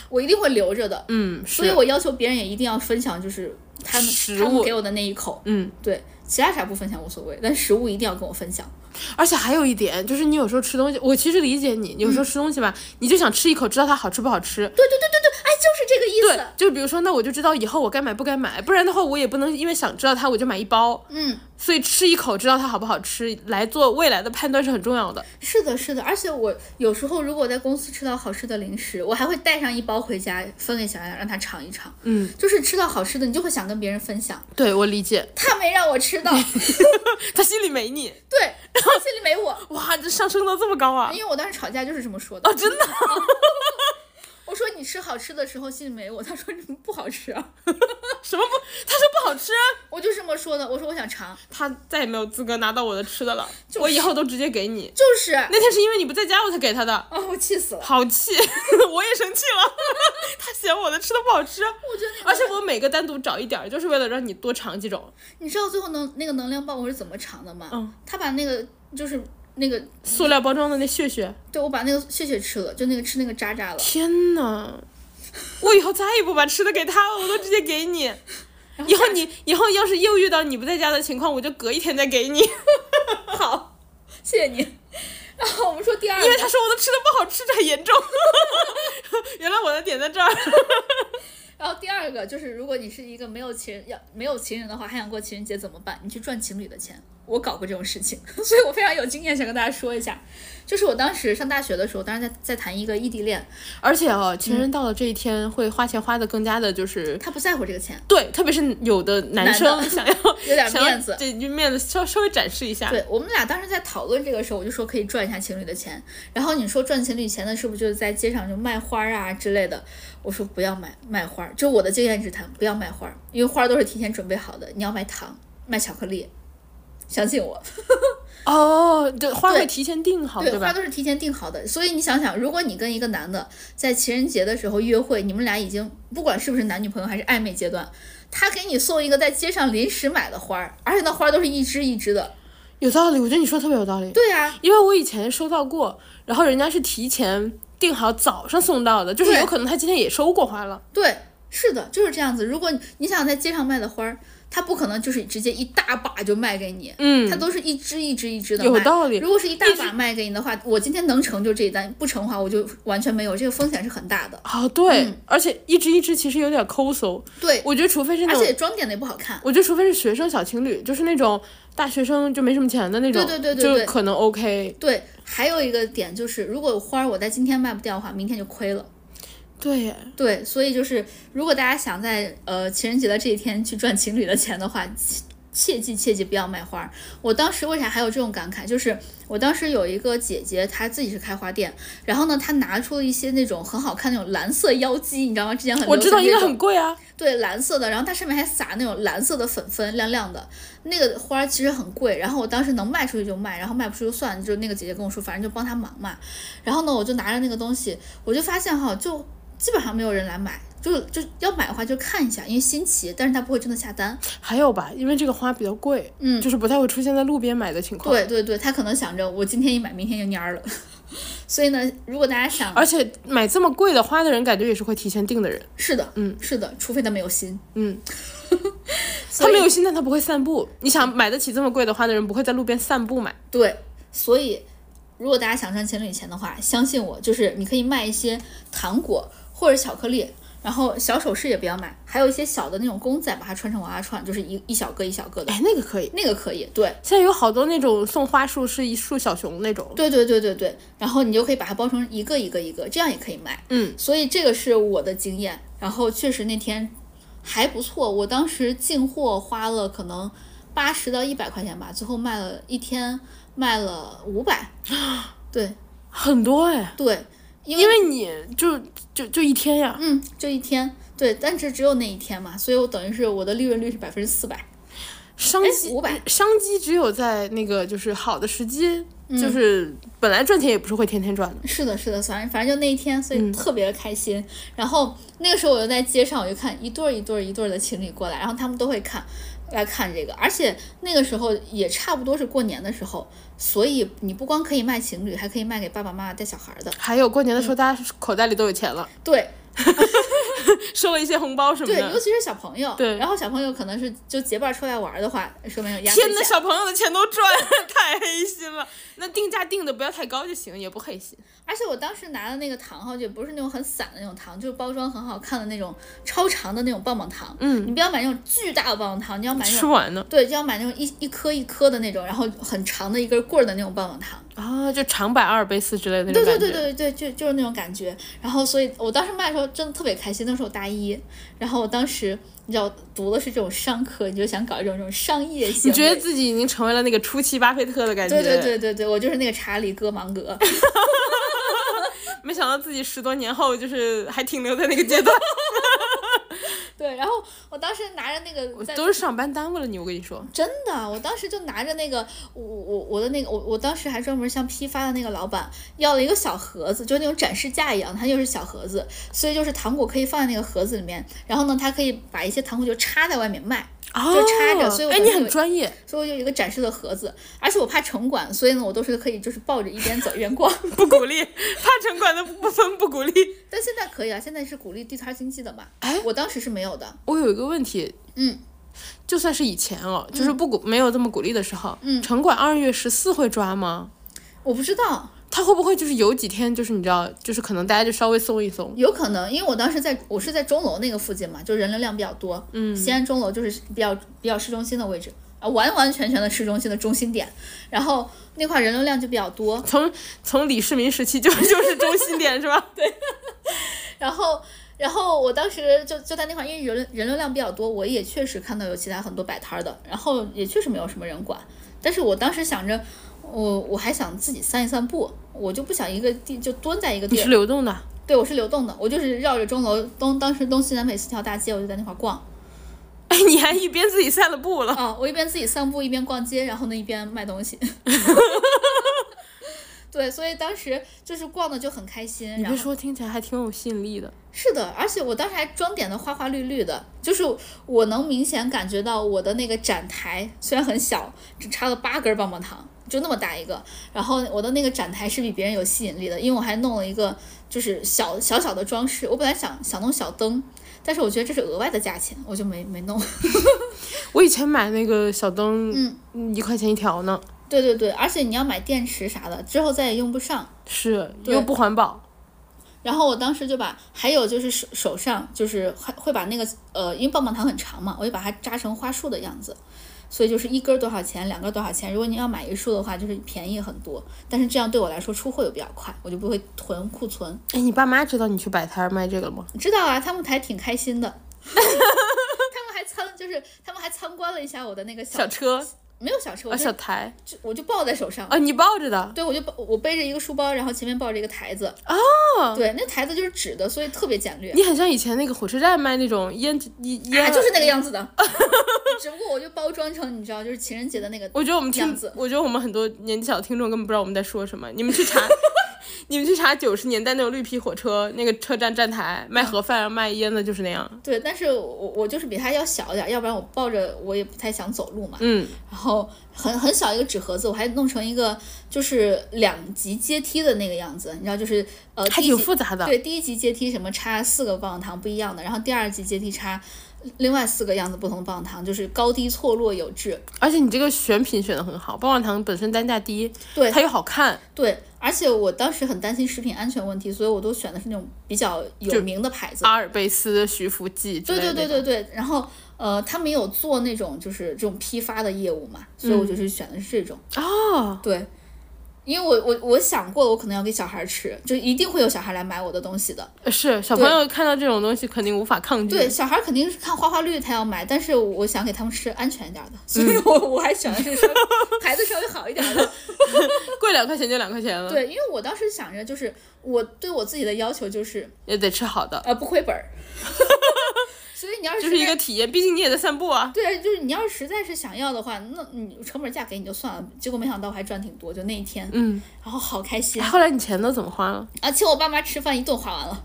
Speaker 1: 我一定会留着的。
Speaker 2: 嗯，是
Speaker 1: 所以我要求别人也一定要分享，就是他们
Speaker 2: 食
Speaker 1: 他们
Speaker 2: 物
Speaker 1: 给我的那一口。
Speaker 2: 嗯，
Speaker 1: 对，其他啥不分享无所谓，但食物一定要跟我分享。
Speaker 2: 而且还有一点，就是你有时候吃东西，我其实理解你，有时候吃东西吧，你就想吃一口，知道它好吃不好吃。
Speaker 1: 对对对对对，哎，就是这个意
Speaker 2: 对
Speaker 1: 思。，
Speaker 2: 就比如说，那我就知道以后我该买不该买，不然的话我也不能因为想知道它我就买一包。
Speaker 1: 嗯，
Speaker 2: 所以吃一口知道它好不好吃，来做未来的判断是很重要的。
Speaker 1: 是的，是的。而且我有时候如果在公司吃到好吃的零食，我还会带上一包回家分给小杨，让他尝一尝。
Speaker 2: 嗯，
Speaker 1: 就是吃到好吃的，你就会想跟别人分享。
Speaker 2: 对我理解，
Speaker 1: 他没让我吃 到，对，
Speaker 2: 他心里没你，
Speaker 1: 他心里没我，
Speaker 2: 哇，这上升到这么高啊！
Speaker 1: 因为我当时吵架就是这么说的。
Speaker 2: 哦，真的，
Speaker 1: 我说你吃好吃的时候心里没我，他说你不好吃啊。
Speaker 2: 什么不？他说不好吃、啊，
Speaker 1: 我就这么说的。我说我想尝，
Speaker 2: 他再也没有资格拿到我的吃的了。我以后都直接给你。
Speaker 1: 就是啊、
Speaker 2: 那天是因为你不在家，我才给他的。
Speaker 1: 我气死了。
Speaker 2: 好气， 我也生气了。 他嫌我的吃的不好吃，
Speaker 1: 我觉得那个
Speaker 2: 而且我每个单独找一点儿，就是为了让你多尝几种。
Speaker 1: 你知道最后能那个能量棒我是怎么尝的吗？
Speaker 2: 嗯，
Speaker 1: 他把那个就是那个，
Speaker 2: 塑料包装的那屑屑，
Speaker 1: 对我把那个屑屑吃了，就那个吃那个渣 渣了。
Speaker 2: 天呐，我以后再也不把吃的给他了，我都直接给你。以后你以后要是又遇到你不在家的情况，我就隔一天再 给你，因
Speaker 1: 好，谢谢你。然后我们说第二个，
Speaker 2: 为他说我的吃的不好吃，这很严重。 原来我的点在这儿。
Speaker 1: 然后第二个就是，如果你是一个没有情人要没有情人的话，还想过情人节怎么办？你去赚情侣的钱。我搞过这种事情， 所以我非常有经验，想跟大家说一下。就是我当时上大学的时候，当时在在谈一个异地恋，
Speaker 2: 而且哦，情人到了这一天，会花钱花的更加的就是。
Speaker 1: 他不在乎这个钱，
Speaker 2: 对，特别是有的男生
Speaker 1: 男的
Speaker 2: 想要
Speaker 1: 有点
Speaker 2: 想要
Speaker 1: 面子
Speaker 2: 这就面子稍稍微展示一下。
Speaker 1: 对我们俩当时在讨论这个时候，我就说可以赚一下情侣的钱。然后你说赚情侣钱的，是不是就是在街上就卖花啊之类的？我说不要买卖花，就我的经验之谈，不要卖花，因为花都是提前准备好的。你要买糖，买巧克力，相信我，
Speaker 2: 哦，对，花
Speaker 1: 对
Speaker 2: 会提前定好，
Speaker 1: 对，花
Speaker 2: 吧？
Speaker 1: 都是提前定好的。所以你想想，如果你跟一个男的在情人节的时候约会，你们俩已经不管是不是男女朋友还是暧昧阶段，他给你送一个在街上临时买的花儿，而且那花儿都是一支一支的。
Speaker 2: 有道理，我觉得你说得特别有道理。
Speaker 1: 对啊，
Speaker 2: 因为我以前收到过，然后人家是提前订好早上送到的，就是
Speaker 1: 对
Speaker 2: 有可能他今天也收过花了。
Speaker 1: 对，是的，就是这样子。如果你你想在街上卖的花儿，它不可能就是直接一大把就卖给你，
Speaker 2: 嗯
Speaker 1: 它，都是一支一支一支的卖。
Speaker 2: 有道理
Speaker 1: 如果是一大把卖给你的话，我今天能成就这一单，不成的话我就完全没有，这个风险是很大的。
Speaker 2: 啊，对，而且一支一支其实有点抠搜，
Speaker 1: 嗯对，
Speaker 2: 我觉得除非是那
Speaker 1: 而
Speaker 2: 种，
Speaker 1: 且装点的也不好看。
Speaker 2: 我觉得除非是学生小情侣，就是那种大学生就没什么钱的那种，
Speaker 1: 对对对对对
Speaker 2: 就可能 OK。
Speaker 1: 对，还有一个点就是，如果花儿我在今天卖不掉的话，明天就亏了。
Speaker 2: 对耶，
Speaker 1: 对，所以就是，如果大家想在呃情人节的这一天去赚情侣的钱的话，切切记切记不要买花儿。我当时为啥还有这种感慨？就是我当时有一个姐姐，她自己是开花店，然后呢，她拿出了一些那种很好看那种蓝色妖姬，你知道吗？之前很
Speaker 2: 我
Speaker 1: 流
Speaker 2: 知道
Speaker 1: 行
Speaker 2: 应
Speaker 1: 这
Speaker 2: 该
Speaker 1: 种
Speaker 2: 很贵啊，
Speaker 1: 对蓝色的，然后它上面还撒那种蓝色的粉粉，亮亮的。那个花儿其实很贵，然后我当时能卖出去就卖，然后卖不出去就算了。就那个姐姐跟我说，反正就帮她忙嘛。然后呢，我就拿着那个东西，我就发现哈，就基本上没有人来买，就就要买的话就看一下，因为新奇，但是他不会真的下单。
Speaker 2: 还有吧，因为这个花比较贵，
Speaker 1: 嗯
Speaker 2: 就是不太会出现在路边买的情况。
Speaker 1: 对对对，他可能想着我今天一买，明天就蔫儿了。 所以呢，如果大家想，
Speaker 2: 而且买这么贵的花的人，感觉也是会提前订的人。
Speaker 1: 是的，
Speaker 2: 嗯，
Speaker 1: 是的，除非他没有心，
Speaker 2: 嗯，
Speaker 1: 所
Speaker 2: 他
Speaker 1: 以
Speaker 2: 没有心，但他不会散步。你想买得起这么贵的花的人，不会在路边散步买。
Speaker 1: 对，所以如果大家想赚情侣钱的话，相信我，就是你可以卖一些糖果或者巧克力，然后小首饰也不要买，还有一些小的那种公仔，把它穿成娃娃串，就是一一小个一小个的，
Speaker 2: 哎，那个可以。
Speaker 1: 那个可以。对，
Speaker 2: 现在有好多那种送花束是一束小熊那种。
Speaker 1: 对对对对对，然后你就可以把它包成一个一个一个，这样也可以卖。
Speaker 2: 嗯，
Speaker 1: 所以这个是我的经验，然后确实那天还不错，我当时进货花了可能八十到一百块钱吧，最后卖了一天卖了五百，
Speaker 2: 啊
Speaker 1: 对
Speaker 2: 很多哎，
Speaker 1: 对，因为
Speaker 2: 因为你就就就一天呀，
Speaker 1: 嗯，就一天，对，但是只有那一天嘛，所以我等于是我的利润率是百分之四百，
Speaker 2: 商
Speaker 1: 哎，
Speaker 2: 机
Speaker 1: 五百，
Speaker 2: 商机只有在那个就是好的时机，
Speaker 1: 嗯
Speaker 2: 就是本来赚钱也不是会天天赚的。
Speaker 1: 是的，是的，反正反正就那一天，所以
Speaker 2: 嗯
Speaker 1: 特别的开心。然后那个时候我就在街上，我就看一对儿一对儿一对儿的情侣过来，然后他们都会看来看这个，而且那个时候也差不多是过年的时候，所以你不光可以卖情侣，还可以卖给爸爸妈妈带小孩儿的，
Speaker 2: 还有过年的时候，大家口袋里都有钱了，
Speaker 1: 对，
Speaker 2: 收了一些红包什么
Speaker 1: 对，尤
Speaker 2: 的。
Speaker 1: 其是小朋友，
Speaker 2: 嗯对
Speaker 1: 然后小朋友可能是就结伴儿出来玩儿的话，说明有压岁
Speaker 2: 天呐，
Speaker 1: 钱
Speaker 2: 小朋友的钱都赚， 太黑心了。那定价定的不要太高就行，也不黑心。
Speaker 1: 而且我当时拿的那个糖哈，就不是那种很散的那种糖，就是包装很好看的那种超长的那种棒棒糖。
Speaker 2: 嗯
Speaker 1: 你不要买那种巨大的棒棒糖，你要买那
Speaker 2: 吃
Speaker 1: 种
Speaker 2: 完呢
Speaker 1: 对，就要买那种一一颗一颗的那种，然后很长的一根棍儿的那种棒棒糖。
Speaker 2: 啊，就长版阿尔卑斯之类的那
Speaker 1: 对
Speaker 2: 种感
Speaker 1: 对
Speaker 2: 觉。
Speaker 1: 对对对，就就是那种感觉。然后，所以我当时卖的时候真的特别开心，那时候我大一，然后我当时你知道读的是这种商科，你就想搞一种这种商业行为。
Speaker 2: 你觉得自己已经成为了那个初期巴菲特的感觉？
Speaker 1: 对对对对对，我就是那个查理戈芒格。
Speaker 2: 没想到自己十多年后就是还停留在那个阶段。
Speaker 1: 对，然后我当时拿着那个
Speaker 2: 我
Speaker 1: 在
Speaker 2: 都是上班耽误了你，我跟你说，
Speaker 1: 真的，我当时就拿着那个我我我的那个我我当时还专门向批发的那个老板要了一个小盒子，就是那种展示架一样，它就是小盒子，所以就是糖果可以放在那个盒子里面，然后呢，它可以把一些糖果就插在外面卖，
Speaker 2: 哦
Speaker 1: 插着所以我
Speaker 2: 哎，
Speaker 1: 感
Speaker 2: 你
Speaker 1: 觉
Speaker 2: 很
Speaker 1: 有
Speaker 2: 专业，
Speaker 1: 所以我有一个展示的盒子，而且我怕城管，所以呢，我都是可以就是抱着一边走一边逛，
Speaker 2: 不鼓励，怕城管的部分不鼓励。
Speaker 1: 但现在可以啊，现在是鼓励地摊经济的嘛，
Speaker 2: 哎
Speaker 1: 我当时是没有的，
Speaker 2: 我有一个问题，
Speaker 1: 嗯，
Speaker 2: 就算是以前哦，就是不鼓、没有这么鼓励的时候，
Speaker 1: 嗯
Speaker 2: 城管二月十四会抓吗？
Speaker 1: 我不知道，
Speaker 2: 他会不会就是有几天，就是你知道，就是可能大家就稍微松一松，
Speaker 1: 有可能，因为我当时在我是在钟楼那个附近嘛，就人流量比较多。嗯，西安钟楼就是比较比较市中心的位置啊，完完全全的市中心的中心点。然后那块人流量就比较多，
Speaker 2: 从从李世民时期就 就是中心点是吧？
Speaker 1: 然后。然后我当时就就在那块，因为人人流量比较多，我也确实看到有其他很多摆摊儿的，然后也确实没有什么人管。但是我当时想着，我我还想自己散一散步，我就不想一个地就蹲在一个地
Speaker 2: 你
Speaker 1: 儿
Speaker 2: 是流动的，
Speaker 1: 对，我是流动的，我就是绕着钟楼东当时东西南北四条大街，我就在那块儿逛。
Speaker 2: 哎，你还一边自己散了步 了，
Speaker 1: 啊，我一边自己散步一边逛街，然后呢一边卖东西。 对，所以当时就是逛的就很开心。
Speaker 2: 你
Speaker 1: 然
Speaker 2: 别
Speaker 1: 后
Speaker 2: 说，听起来还挺有吸引力的。
Speaker 1: 是的，而且我当时还装点的花花绿绿的，就是我能明显感觉到我的那个展台虽然很小，只插了八根棒棒糖，就那么大一个。然后我的那个展台是比别人有吸引力的，因为我还弄了一个就是小小小的装饰。我本来想想弄小灯，但是我觉得这是额外的价钱，我就没没弄。
Speaker 2: 我以前买那个小灯，
Speaker 1: 嗯
Speaker 2: 嗯，一块钱一条呢，
Speaker 1: 对对对，而且你要买电池啥的，之后再也用不上。
Speaker 2: 是
Speaker 1: 对
Speaker 2: 又不环保。
Speaker 1: 然后我当时就把，还有就是手手上就是会会把那个呃，因为棒棒糖很长嘛，我就把它扎成花束的样子，所以就是一根儿多少钱，两根儿多少钱。如果你要买一束的话，就是便宜很多，但是这样对我来说出货又比较快，我就不会囤库存。
Speaker 2: 哎，你爸妈知道你去摆摊儿卖这个了吗？
Speaker 1: 知道啊，他们还挺开心的， 他们还参就是他们还参观了一下我的那个小
Speaker 2: 小车
Speaker 1: 没有小车，
Speaker 2: 啊，
Speaker 1: 我就、
Speaker 2: 小台
Speaker 1: 就我就抱在手上。
Speaker 2: 啊，你抱着的，
Speaker 1: 对，我就抱我背着一个书包，然后前面抱着一个台子。哦，对，那台子就是纸的，所以特别简略。
Speaker 2: 你很像以前那个火车站卖那种烟烟烟、
Speaker 1: 啊，就是那个样子 的，只不过我就包装成你知道，就是情人节的那个。
Speaker 2: 我觉得我们听
Speaker 1: 样子，
Speaker 2: 我觉得我们很多年纪小的听众根本不知道我们在说什么。你们去 查，你们去查九十年代那种绿皮火车那个车站站台
Speaker 1: 嗯
Speaker 2: 卖盒饭、卖烟的，就是那样。
Speaker 1: 对，但是我我就是比它要小一点，要不然我抱着我也不太想走路嘛。
Speaker 2: 嗯，
Speaker 1: 然后很很小一个纸盒子，我还弄成一个就是两级阶梯的那个样子，你知道，就是呃，
Speaker 2: 还
Speaker 1: 第一
Speaker 2: 挺
Speaker 1: 级
Speaker 2: 复杂的。
Speaker 1: 对，第一级阶梯什么插四个棒棒糖不一样的，然后第二级阶梯插另外四个样子不同的棒棒糖，就是高低错落有致。
Speaker 2: 而且你这个选品选的很好，棒棒糖本身单价低，
Speaker 1: 对
Speaker 2: 它又好看，
Speaker 1: 对，而且我当时很担心食品安全问题，所以我都选的是那种比较有名的牌子。
Speaker 2: 阿尔卑斯、徐福记之
Speaker 1: 对
Speaker 2: 类
Speaker 1: 啊对对
Speaker 2: 的那
Speaker 1: 对
Speaker 2: 种。
Speaker 1: 对，然后呃，他们有做那种就是这种批发的业务嘛，所以我就是选的是这种。
Speaker 2: 哦，
Speaker 1: 对，因为我我我想过，我可能要给小孩吃，就一定会有小孩来买我的东西的。
Speaker 2: 是小
Speaker 1: 对
Speaker 2: 朋友看到这种东西肯定无法抗拒。
Speaker 1: 对，小孩肯定是看花花绿他要买，但是我想给他们吃安全一点的， 所以我我还选的是稍微 牌子稍微好一点的。
Speaker 2: 贵两块钱就两块钱了，，
Speaker 1: 对，因为我当时想着，就是我对我自己的要求就是
Speaker 2: 也得吃好的，
Speaker 1: 呃不亏本儿， 所以你要是
Speaker 2: 就是
Speaker 1: 实
Speaker 2: 一
Speaker 1: 在
Speaker 2: 个体验。毕竟你也在散步啊。
Speaker 1: 对，就是你要是实在是想要的话，那你成本价给你就算了。结果没想到我还赚挺多，就那一天，
Speaker 2: 嗯，
Speaker 1: 然后好开心
Speaker 2: 哎，后来你钱都怎么花了？
Speaker 1: 啊！请我爸妈吃饭一顿花完了，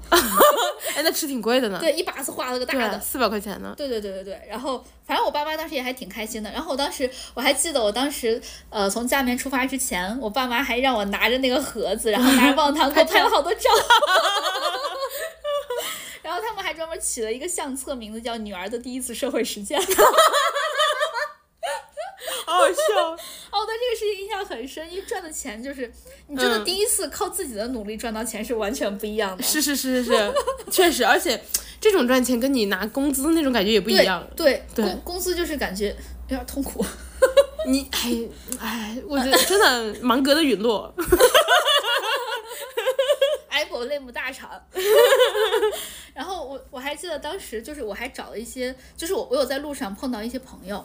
Speaker 2: 哎，那吃挺贵的呢。啊
Speaker 1: 对，一把子花了个大的。
Speaker 2: 四百块钱呢。
Speaker 1: 对对对对对，然后反正我爸妈当时也还挺开心的。然后我当时我还记得，我当时呃从家里面出发之前，我爸妈还让我拿着那个盒子，然后拿着棒棒 糖给我拍了好多照。 然后他们还专门起了一个相册，名字叫《女儿的第一次社会实践》。
Speaker 2: 好好笑。
Speaker 1: 哦，对这个事情印象很深，因为赚的钱就是你真的
Speaker 2: 嗯
Speaker 1: 第一次靠自己的努力赚到钱是完全不一样的。
Speaker 2: 是是是是是，确实，而且这种赚钱跟你拿工资那种感觉也不一样。
Speaker 1: 对
Speaker 2: 对
Speaker 1: 公公司就是感觉有点痛苦。
Speaker 2: 你哎哎，我觉得真 的芒格的陨落，
Speaker 1: Apple 类目大 厂。然后我我还记得当时就是我还找了一些，就是我我有在路上碰到一些朋友，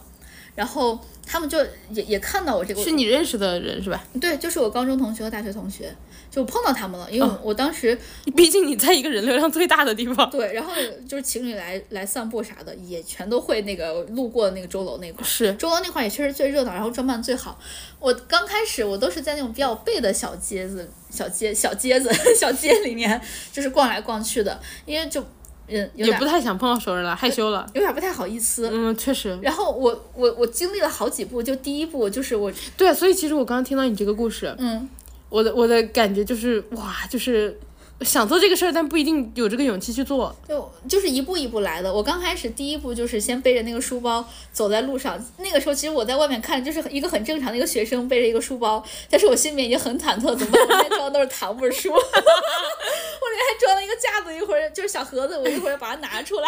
Speaker 1: 然后他们就也也看到我这个，
Speaker 2: 是你认识的人是吧？
Speaker 1: 对，就是我高中同学和大学同学，就碰到他们了，因为
Speaker 2: 哦
Speaker 1: 我我当时、
Speaker 2: 毕竟你在一个人流量最大的地方，
Speaker 1: 对，然后就是情侣来来散步啥的，也全都会那个路过那个钟楼那块儿，
Speaker 2: 是
Speaker 1: 钟楼那块儿也确实最热闹，然后装扮最好。我刚开始我都是在那种比较背的小街子、小街、小街子、 小街里面，就是逛来逛去的，因为就人有
Speaker 2: 也
Speaker 1: 点
Speaker 2: 不太想碰到熟人了，害羞了。
Speaker 1: 有点不太好意思。
Speaker 2: 嗯，确实，
Speaker 1: 然后我我我经历了好几步，就第一步就是我
Speaker 2: 对，所以其实我刚刚听到你这个故事，
Speaker 1: 嗯，
Speaker 2: 我的我的感觉就是哇，就是想做这个事儿，但不一定有这个勇气去做。
Speaker 1: 就就是一步一步来的。我刚开始第一步就是先背着那个书包走在路上，那个时候其实我在外面看就是一个很正常的一个学生背着一个书包，但是我心里面已经很忐忑，怎么办？我里面装的都是糖不是书，我 里面还装了一个架子，一会儿就是小盒子，我一会儿把它拿出来。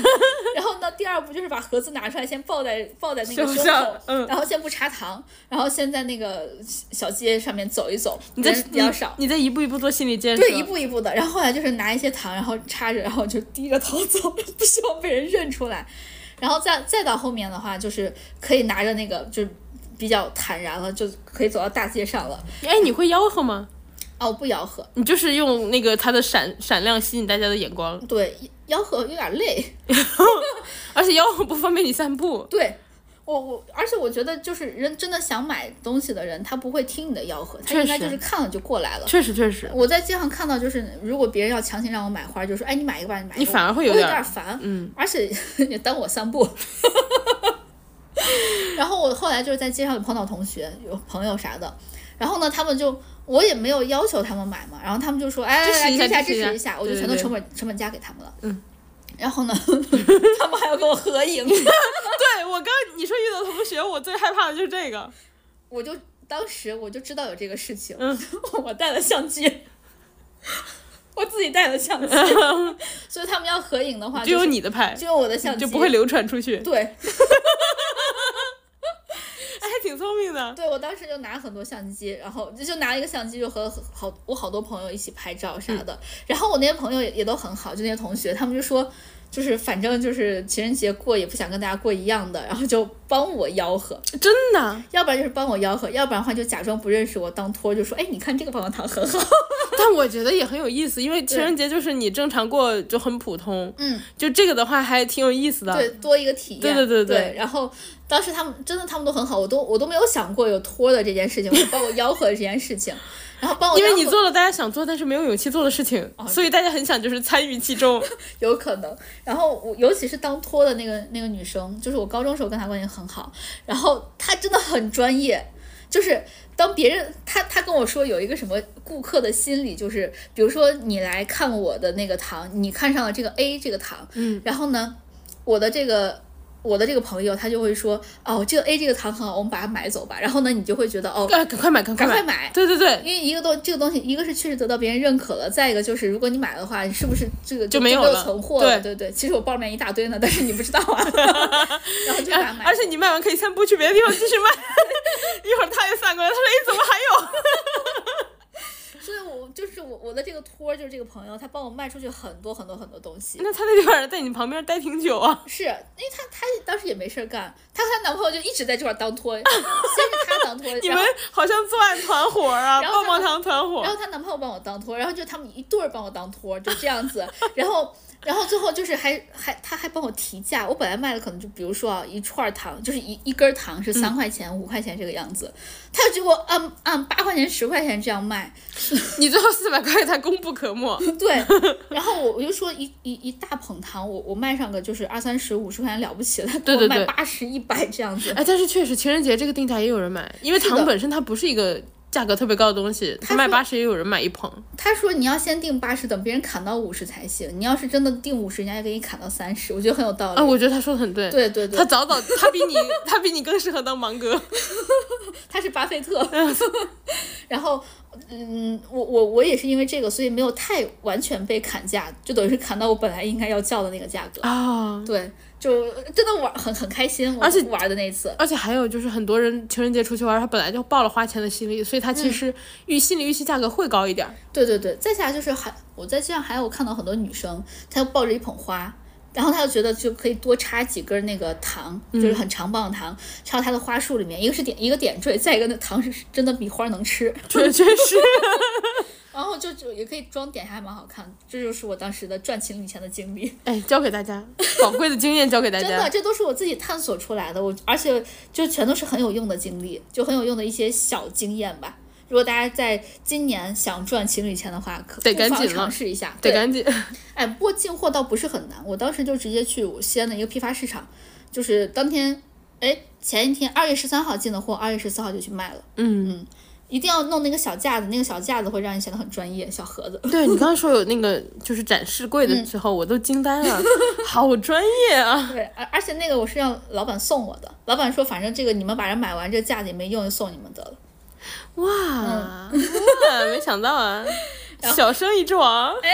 Speaker 1: 然后呢，第二步就是把盒子拿出来，先抱在抱在那个
Speaker 2: 胸
Speaker 1: 胸
Speaker 2: 上
Speaker 1: 口，
Speaker 2: 嗯
Speaker 1: 然后先不插糖，然后先在那个小街上面走一走，
Speaker 2: 你在
Speaker 1: 人比较少。
Speaker 2: 你在一步一步做心理建设。
Speaker 1: 对，一步一步的。然后后来就是拿一些糖，然后插着，然后就低着头走， 不希望被人认出来。然后再再到后面的话，就是可以拿着那个，就是比较坦然了，就可以走到大街上了。
Speaker 2: 哎，你会吆喝吗？
Speaker 1: 哦，不吆喝，
Speaker 2: 你就是用那个它的闪闪亮吸引大家的眼光，
Speaker 1: 对，吆喝有点累。
Speaker 2: 而且吆喝不方便你散步。
Speaker 1: 对我我，而且我觉得就是人真的想买东西的人，他不会听你的吆喝，他
Speaker 2: 确
Speaker 1: 应该
Speaker 2: 实
Speaker 1: 就是看了就过来了。
Speaker 2: 确实确实，
Speaker 1: 我在街上看到，就是如果别人要强行让我买花，就说：“哎，你买一个吧，你买一个吧。”
Speaker 2: 你反而会有
Speaker 1: 我有
Speaker 2: 点儿
Speaker 1: 点烦，嗯，而且 也耽误我散步。 然后我后来就是在街上有碰到同学、有朋友啥的，然后呢，他们就我也没有要求他们买嘛，然后他们就说：“哎，
Speaker 2: 支持
Speaker 1: 来
Speaker 2: 一下
Speaker 1: 支持
Speaker 2: 支持一
Speaker 1: 支
Speaker 2: 下
Speaker 1: 持一下。”我就
Speaker 2: 对
Speaker 1: 全
Speaker 2: 对
Speaker 1: 都
Speaker 2: 对
Speaker 1: 成本成本价给他们了，嗯。 然后呢，他们还要跟我合影，
Speaker 2: 对我刚你说遇到同学，我最害怕的就是这个。
Speaker 1: 我就当时我就知道有这个事情，
Speaker 2: 嗯
Speaker 1: 我带了相机，我自己带了 相机，所以他们要合影的话、
Speaker 2: 只
Speaker 1: 就
Speaker 2: 有
Speaker 1: 是，
Speaker 2: 你的拍，
Speaker 1: 只有我的相机
Speaker 2: 就不会流传出去。
Speaker 1: 对
Speaker 2: 哎，还挺聪明的。
Speaker 1: 对，我当时就拿很多相机，然后就就拿一个相机就和好我好多朋友一起拍照啥
Speaker 2: 嗯
Speaker 1: 的，然后我那些朋友也也都很好，就那些同学，他们就说。就是反正就是情人节过也不想跟大家过一样的，然后就帮我吆喝，
Speaker 2: 真的，
Speaker 1: 要不然就是帮我吆喝，要不然的话就假装不认识我当托，就说哎你看这个棒棒糖很好，
Speaker 2: 但我觉得也很有意思，因为情人节就是你正常过就很普通，
Speaker 1: 嗯，
Speaker 2: 就这个的话还挺有意思的。
Speaker 1: 对，多一个体验。
Speaker 2: 对对对
Speaker 1: 对
Speaker 2: 对
Speaker 1: 然后当时他们真的他们都很好，我都我都没有想过有托的这件事情，或者帮我吆喝的这件事情，然后帮我哦
Speaker 2: 因为
Speaker 1: 吆
Speaker 2: 你
Speaker 1: 喝
Speaker 2: 做了大家想做但是没有勇气做的事情，所以大家很想就是参与其中。
Speaker 1: 有可能。然后我尤其是当托的那个那个女生，就是我高中时候跟她关系很好，然后她真的很专业，就是。当别人她她跟我说有一个什么顾客的心理，就是比如说你来看我的那个糖，你看上了这个 A 这个糖，
Speaker 2: 嗯，
Speaker 1: 然后呢，我的这个我的这个朋友他就会说，哦，这个 A 这个糖很好，我们把它买走吧。然后呢，你就会觉得哦，
Speaker 2: 啊，赶快买，赶快
Speaker 1: 赶快
Speaker 2: 买，
Speaker 1: 买，
Speaker 2: 对对对，
Speaker 1: 因为一个东这个东西，一个是确实得到别人认可了，再一个就是如果你买的话，是不是这个
Speaker 2: 就没有
Speaker 1: 有
Speaker 2: 了
Speaker 1: 存货对对其实我包里面一大堆呢，但是你不知道啊， 然后就把它
Speaker 2: 啊
Speaker 1: 买。
Speaker 2: 而且你卖完可以散步去别的地方继 续卖。一会儿他也散过来，他说：“哎，怎么还有
Speaker 1: 所以我就是我我的这个托儿就是这个朋友，他帮我卖出去很多很多很多东？”西。
Speaker 2: 那他那地方人在你旁边待挺久 啊。
Speaker 1: 是因为她她当时也没事儿干，她和她男朋友就一直在这块儿 当托，先是她当托，
Speaker 2: 你
Speaker 1: 然
Speaker 2: 们
Speaker 1: 后
Speaker 2: 好像作案团伙啊，
Speaker 1: 然后
Speaker 2: 棒
Speaker 1: 他
Speaker 2: 棒糖团伙
Speaker 1: 然。后她男朋友帮我当托，然后就他们一对儿帮我当托，就这样子。 然后，然后最后就是还还他还帮我提价，我本来卖的可能就比如说啊一串糖，就是一一根糖
Speaker 2: 嗯
Speaker 1: 是三块钱、五、块钱这个样子，他就给我按按八块钱、十块钱这样卖。
Speaker 2: 你最后四百块才功不可没。
Speaker 1: 对，然后我我就说一一一大捧糖，我我卖上个就是二三十、五十块钱了不起了，他给
Speaker 2: 对
Speaker 1: 我
Speaker 2: 对
Speaker 1: 卖
Speaker 2: 对
Speaker 1: 八十、一百这样子。
Speaker 2: 哎，但是确实情人节这个定价也有人买，因为
Speaker 1: 是的
Speaker 2: 糖本身它不是一个价格特别高的东西，它
Speaker 1: 说
Speaker 2: 卖八十也有人买一捧。
Speaker 1: 他说你要先定八十，等别人砍到五十才行。你要是真的定五十，人家就给你砍到三十，我觉得很有道理。
Speaker 2: 啊，我觉得他说的很对。
Speaker 1: 对对对，
Speaker 2: 他早早，他比你，他比你更适合当盲 哥。
Speaker 1: 他是巴菲 特。 然后，嗯，我我我也是因为这个，所以没有太完全被砍价，就等于是砍到我本来应该要叫的那个价格。
Speaker 2: 啊，
Speaker 1: 对，就真的玩很很开心，我
Speaker 2: 而且
Speaker 1: 玩的那一次。
Speaker 2: 而且还有就是，很多人情人节出去玩，他本来就抱了花钱的心理，所以他
Speaker 1: 嗯
Speaker 2: 其实预、心理预期价格会高 一点儿。
Speaker 1: 对对对，再下来就是还我在街上还有看到很多女生，她就抱着一捧花。然后他就觉得就可以多插几根那个糖，
Speaker 2: 嗯
Speaker 1: 就是很长棒的糖，插到他的花束里面。一个是点一个点缀，再一个那糖是真的比花能吃。
Speaker 2: 确确实，
Speaker 1: 然后就就也可以装点，还蛮好看的。这就是我当时的赚钱领钱的经历。
Speaker 2: 哎，教给大家宝贵的经验，教给大
Speaker 1: 真的，
Speaker 2: 家。
Speaker 1: 这都是我自己探索出来的。我而且就全都是很有用的经历，就很有用的一些小经验吧。如果大家在今年想赚情侣钱的话，可
Speaker 2: 得
Speaker 1: 不
Speaker 2: 赶
Speaker 1: 妨
Speaker 2: 紧了
Speaker 1: 尝试一下。
Speaker 2: 得
Speaker 1: 对，
Speaker 2: 赶紧，
Speaker 1: 哎，不过进货倒不是很难，我当时就直接去我西安的一个批发市场，就是当天，哎，前一天二月十三号进的货，二月十四号就去卖了。
Speaker 2: 嗯，
Speaker 1: 一定要弄那个小架子，那个小架子会让你显得很专业，小盒子。
Speaker 2: 对你刚刚说有那个就是展示柜
Speaker 1: 嗯
Speaker 2: 的时候，我都惊 呆了，好专业啊！
Speaker 1: 对，而而且那个我是让老板送我的，老板说反正这个你们把人买完，这个架子也没用，就送你们得了。
Speaker 2: 哇，
Speaker 1: 嗯
Speaker 2: 哇没想到 啊，小生意之王，
Speaker 1: 哎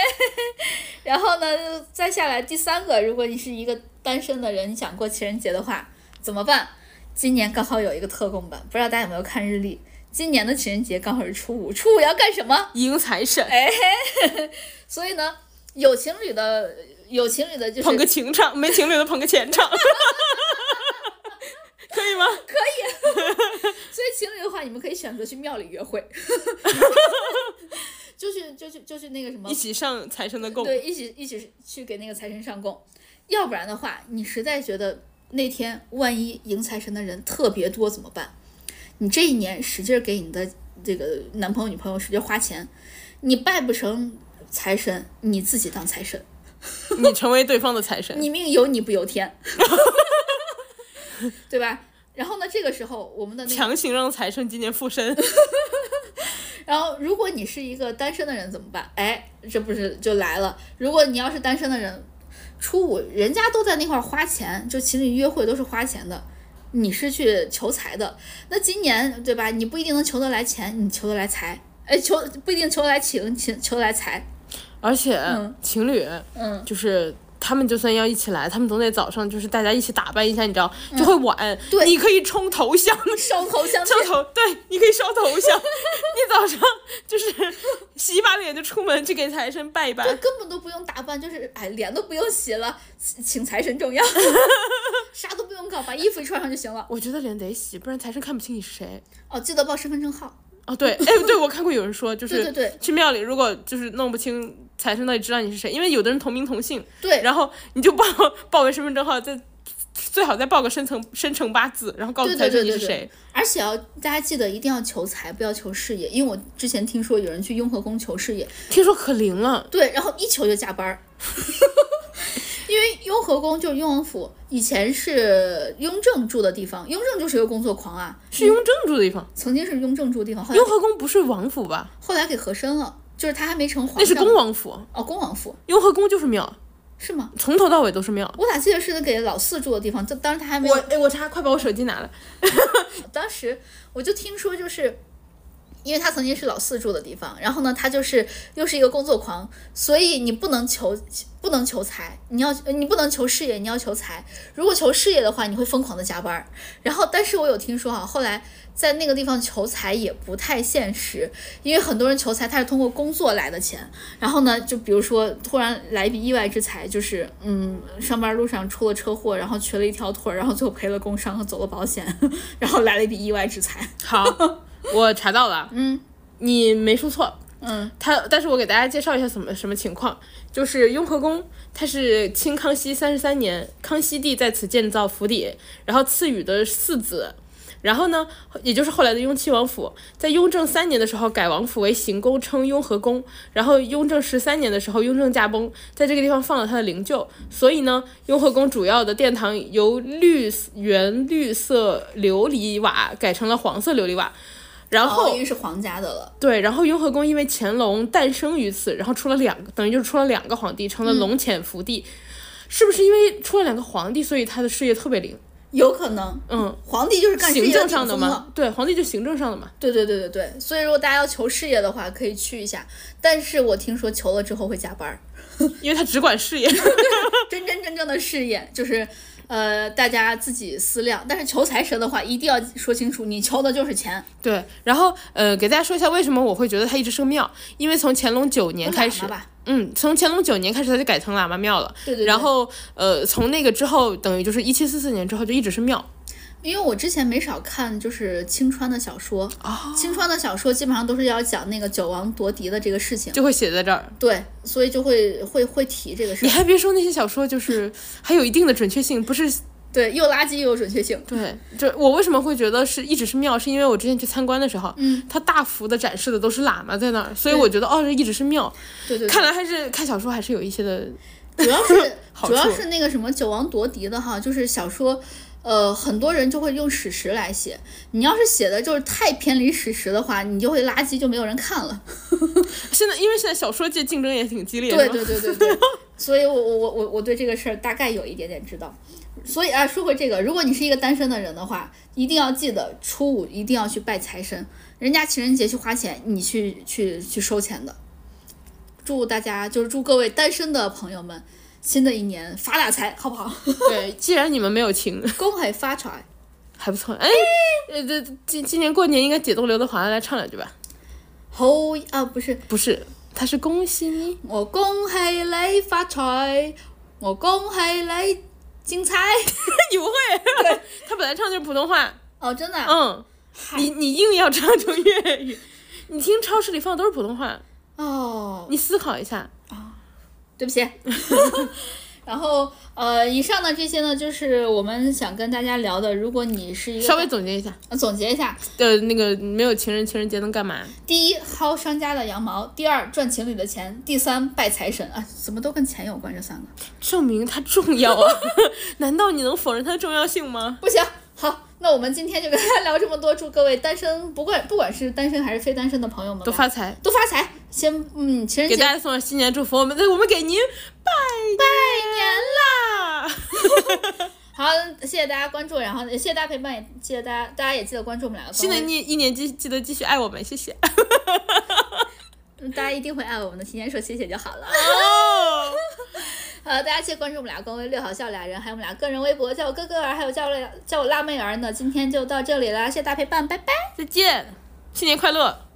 Speaker 1: 然后呢，再下来第三个，如果你是一个单身的人，你想过情人节的话，怎么办？今年刚好有一个特供版，不知道大家有没有看日历？今年的情人节刚好是初五，初五要干什么？
Speaker 2: 迎财神，
Speaker 1: 哎所以呢，有情侣的有情侣的就是
Speaker 2: 捧个情场，没情侣的捧个 钱场，可以吗？
Speaker 1: 所以情侣的话，你们可以选择去庙里约会， 就是就是就是那个什么
Speaker 2: 一，起上财神的供，
Speaker 1: 哦对，一起一起去给那个财神上供，要不然的话，你实在觉得那天万一迎财神的人特别多怎么办？你这一年使劲儿给你的这个男朋友女朋友使劲儿花钱，你拜不成财神，你自己当财神，
Speaker 2: 你成为对方的财神。
Speaker 1: 你命由你不由天， 对吧？然后呢，这个时候我们的那个，
Speaker 2: 强行让财神今年附身，
Speaker 1: 然后如果你是一个单身的人怎么办？哎，这不是就来了。如果你要是单身的人，初五人家都在那块儿花钱，就情侣约会都是花钱的，你是去求财的。那今年对吧？你不一定能求得来钱，你求得来财，哎，求不一定求得来情，情求得来财。
Speaker 2: 而且、情侣，
Speaker 1: 嗯，
Speaker 2: 就是他们就算要一起来，他们总得早上就是大家一起打扮一下，你知道，就会晚。
Speaker 1: 嗯对
Speaker 2: 你可以冲 头香，
Speaker 1: 烧头香
Speaker 2: 烧头，对，你可以烧头 香。你早上就是洗把脸就出门去给财神拜一拜
Speaker 1: 就，根本都不用打扮，就是哎，脸都不用洗了，请请财神重要， 啥都不用搞，把衣服一穿上就行了。
Speaker 2: 我觉得脸得洗，不然财神看不清你是谁。
Speaker 1: 哦，记得报身份证号。
Speaker 2: 哦，对，哎，对，我看过有人说，就
Speaker 1: 对
Speaker 2: 是
Speaker 1: 对对
Speaker 2: 去庙里，如果就是弄不清财神到底知道你是谁，因为有的人同名同姓，
Speaker 1: 对，
Speaker 2: 然后你就报报完身份证号，再最好再报个生辰生辰八字，然后告诉
Speaker 1: 对
Speaker 2: 财
Speaker 1: 对
Speaker 2: 神
Speaker 1: 对
Speaker 2: 你
Speaker 1: 对
Speaker 2: 是谁。
Speaker 1: 而且要大家记得一定要求财，不要求事业，因为我之前听说有人去雍和宫求事业，
Speaker 2: 听说可灵啊了，
Speaker 1: 对，然后一求就加班儿。 因为雍和宫就是雍王府，以前是雍正住的地方，雍正就是一个工作狂啊，
Speaker 2: 是雍正住的地方。
Speaker 1: 曾经是雍正住的地方，后来
Speaker 2: 雍和宫不是王府吧？
Speaker 1: 后来给和珅了，就是他还没成皇上，
Speaker 2: 那是恭王府，
Speaker 1: 哦，恭王府
Speaker 2: 雍和宫就是庙，
Speaker 1: 是吗？
Speaker 2: 从头到尾都是庙。
Speaker 1: 我咋记得是给老四住的地方？就当时他还没
Speaker 2: 我
Speaker 1: 有，
Speaker 2: 哎，我查，快把我手机拿来。
Speaker 1: 当时我就听说就是。因为他曾经是老四住的地方，然后呢，他就是又是一个工作狂，所以你不能求不能求财，你要你不能求事业，你要求财。如果求事业的话，你会疯狂的加班儿。然后，但是我有听说啊，后来在那个地方求财也不太现实，因为很多人求财他是通过工作来的钱。然后呢，就比如说突然来一笔意外之财，就是嗯，上班路上出了车祸，然后瘸了一条腿儿，然后最后赔了工伤和走了保险，然后来了一笔意外之财。
Speaker 2: 好，我查到了。嗯，你没说错。
Speaker 1: 嗯，
Speaker 2: 它，但是我给大家介绍一下什么什么情况，就是雍和宫，它是清康熙三十三年，康熙帝在此建造府邸，然后赐予的四子。然后呢，也就是后来的雍亲王府，在雍正三年的时候改王府为行宫，称雍和宫。然后雍正十三年的时候，雍正驾崩，在这个地方放了他的灵柩。所以呢，雍和宫主要的殿堂由绿原绿色琉璃瓦改成了黄色琉璃瓦。然后、
Speaker 1: 哦因为是皇家的了，
Speaker 2: 对，然后雍和宫因为乾隆诞生于此，然后出了两个，等于就是出了两个皇帝，
Speaker 1: 嗯
Speaker 2: 成了龙潜伏帝。是不是因为出了两个皇帝，所以他的事业特别灵？
Speaker 1: 有可能，
Speaker 2: 嗯，
Speaker 1: 皇帝就是干事业
Speaker 2: 行政上
Speaker 1: 的顶
Speaker 2: 的
Speaker 1: 峰了
Speaker 2: 嘛，对，皇帝就行政上的嘛。
Speaker 1: 对对对对对，所以如果大家要求事业的话，可以去一下。但是我听说求了之后会加班儿，
Speaker 2: 因为他只管事业。
Speaker 1: 真真正正的事业就是，呃，大家自己思量。但是求财神的话，一定要说清楚，你求的就是钱。
Speaker 2: 对，然后呃，给大家说一下为什么我会觉得它一直是个庙，因为从乾隆九年开始
Speaker 1: 有喇叭，吧，
Speaker 2: 嗯，从乾隆九年开始它就改成喇嘛庙了。
Speaker 1: 对对对。
Speaker 2: 然后呃，从那个之后，等于就是一七四四年之后就一直是庙。
Speaker 1: 因为我之前没少看，就是清川的小说，清川的小说基本上都是要讲那个九王夺嫡的这个事情，
Speaker 2: 就会写在这儿。
Speaker 1: 对，所以就会会会提这个事
Speaker 2: 你
Speaker 1: 儿，
Speaker 2: 还别说，那些小说就是还有一定的准确性，不是
Speaker 1: 对，又垃圾又有准确性，
Speaker 2: 对，就我为什么会觉得是一直是庙，是因为我之前去参观的时候，嗯，它大幅的展示的都是喇嘛在那儿，所以我觉得哦，这一直是庙。
Speaker 1: 对对对
Speaker 2: 看来还是看小说还是有一些的，
Speaker 1: 主要是
Speaker 2: 好
Speaker 1: 主要
Speaker 2: 处
Speaker 1: 是那个什么九王夺嫡的哈，就是小说，呃，很多人就会用史实来写。你要是写的就是太偏离史实的话，你就会垃圾，就没有人看了。
Speaker 2: 现在因为现在小说界竞争也挺激烈，
Speaker 1: 对
Speaker 2: 是吧
Speaker 1: 对对对对，所以我我我我我对这个事儿大概有一点点知道。所以啊，说回这个，如果你是一个单身的人的话，一定要记得初五一定要去拜财神，人家情人节去花钱，你去去去收钱的。祝大家就是祝各位单身的朋友们，新的一年发大财，好不好？
Speaker 2: 对既然你们没有情，
Speaker 1: 恭喜发财！
Speaker 2: 还不错。哎，呃，这今今年过年应该解冻刘德华来唱两句吧？
Speaker 1: 好啊，不是
Speaker 2: 不是，他是恭喜你，
Speaker 1: 我恭喜你发财，我恭喜你精彩。
Speaker 2: 你不会？他本来唱的就是普通话，
Speaker 1: 哦，真的啊、
Speaker 2: 嗯，你你硬要唱成粤语，你听超市里放的都是普通话，
Speaker 1: 哦，
Speaker 2: 你思考一下。
Speaker 1: 对不起。 然后呃，以上的这些呢，就是我们想跟大家聊的。如果你是一个
Speaker 2: 稍微总结一下，
Speaker 1: 呃总结一下：
Speaker 2: 呃，那个没有情人，情人节能干嘛？
Speaker 1: 第一，薅商家的羊毛；第二，赚情侣的钱；第三，拜财神啊，怎么都跟钱有关？这三个
Speaker 2: 证明它重要啊！ 难道你能否认它的重要性吗？
Speaker 1: 不行。好，那我们今天就跟大家聊这么多。祝各位单身，不管不管是单身还是非单身的朋友们吧，
Speaker 2: 都发财，
Speaker 1: 都发财。先嗯，情人
Speaker 2: 给
Speaker 1: 节
Speaker 2: 大家送上新年祝福，我们我们给您啊拜
Speaker 1: 拜年了。
Speaker 2: 啦！
Speaker 1: 好，谢谢大家关注，然后谢谢大家陪伴，也记得大家大家也记得关注我们两个。
Speaker 2: 新的一一年记记得继续爱我们，谢谢。
Speaker 1: 嗯大家一定会爱我们的，提前说谢谢就好了。
Speaker 2: 哦，
Speaker 1: 呃，大家记得关注我们俩公微六好笑俩人，还有我们俩个人微博，叫我哥哥儿，还有叫我俩叫我辣妹儿呢。今天就到这里啦，谢谢大家陪伴，拜拜。
Speaker 2: 再见，新年快乐！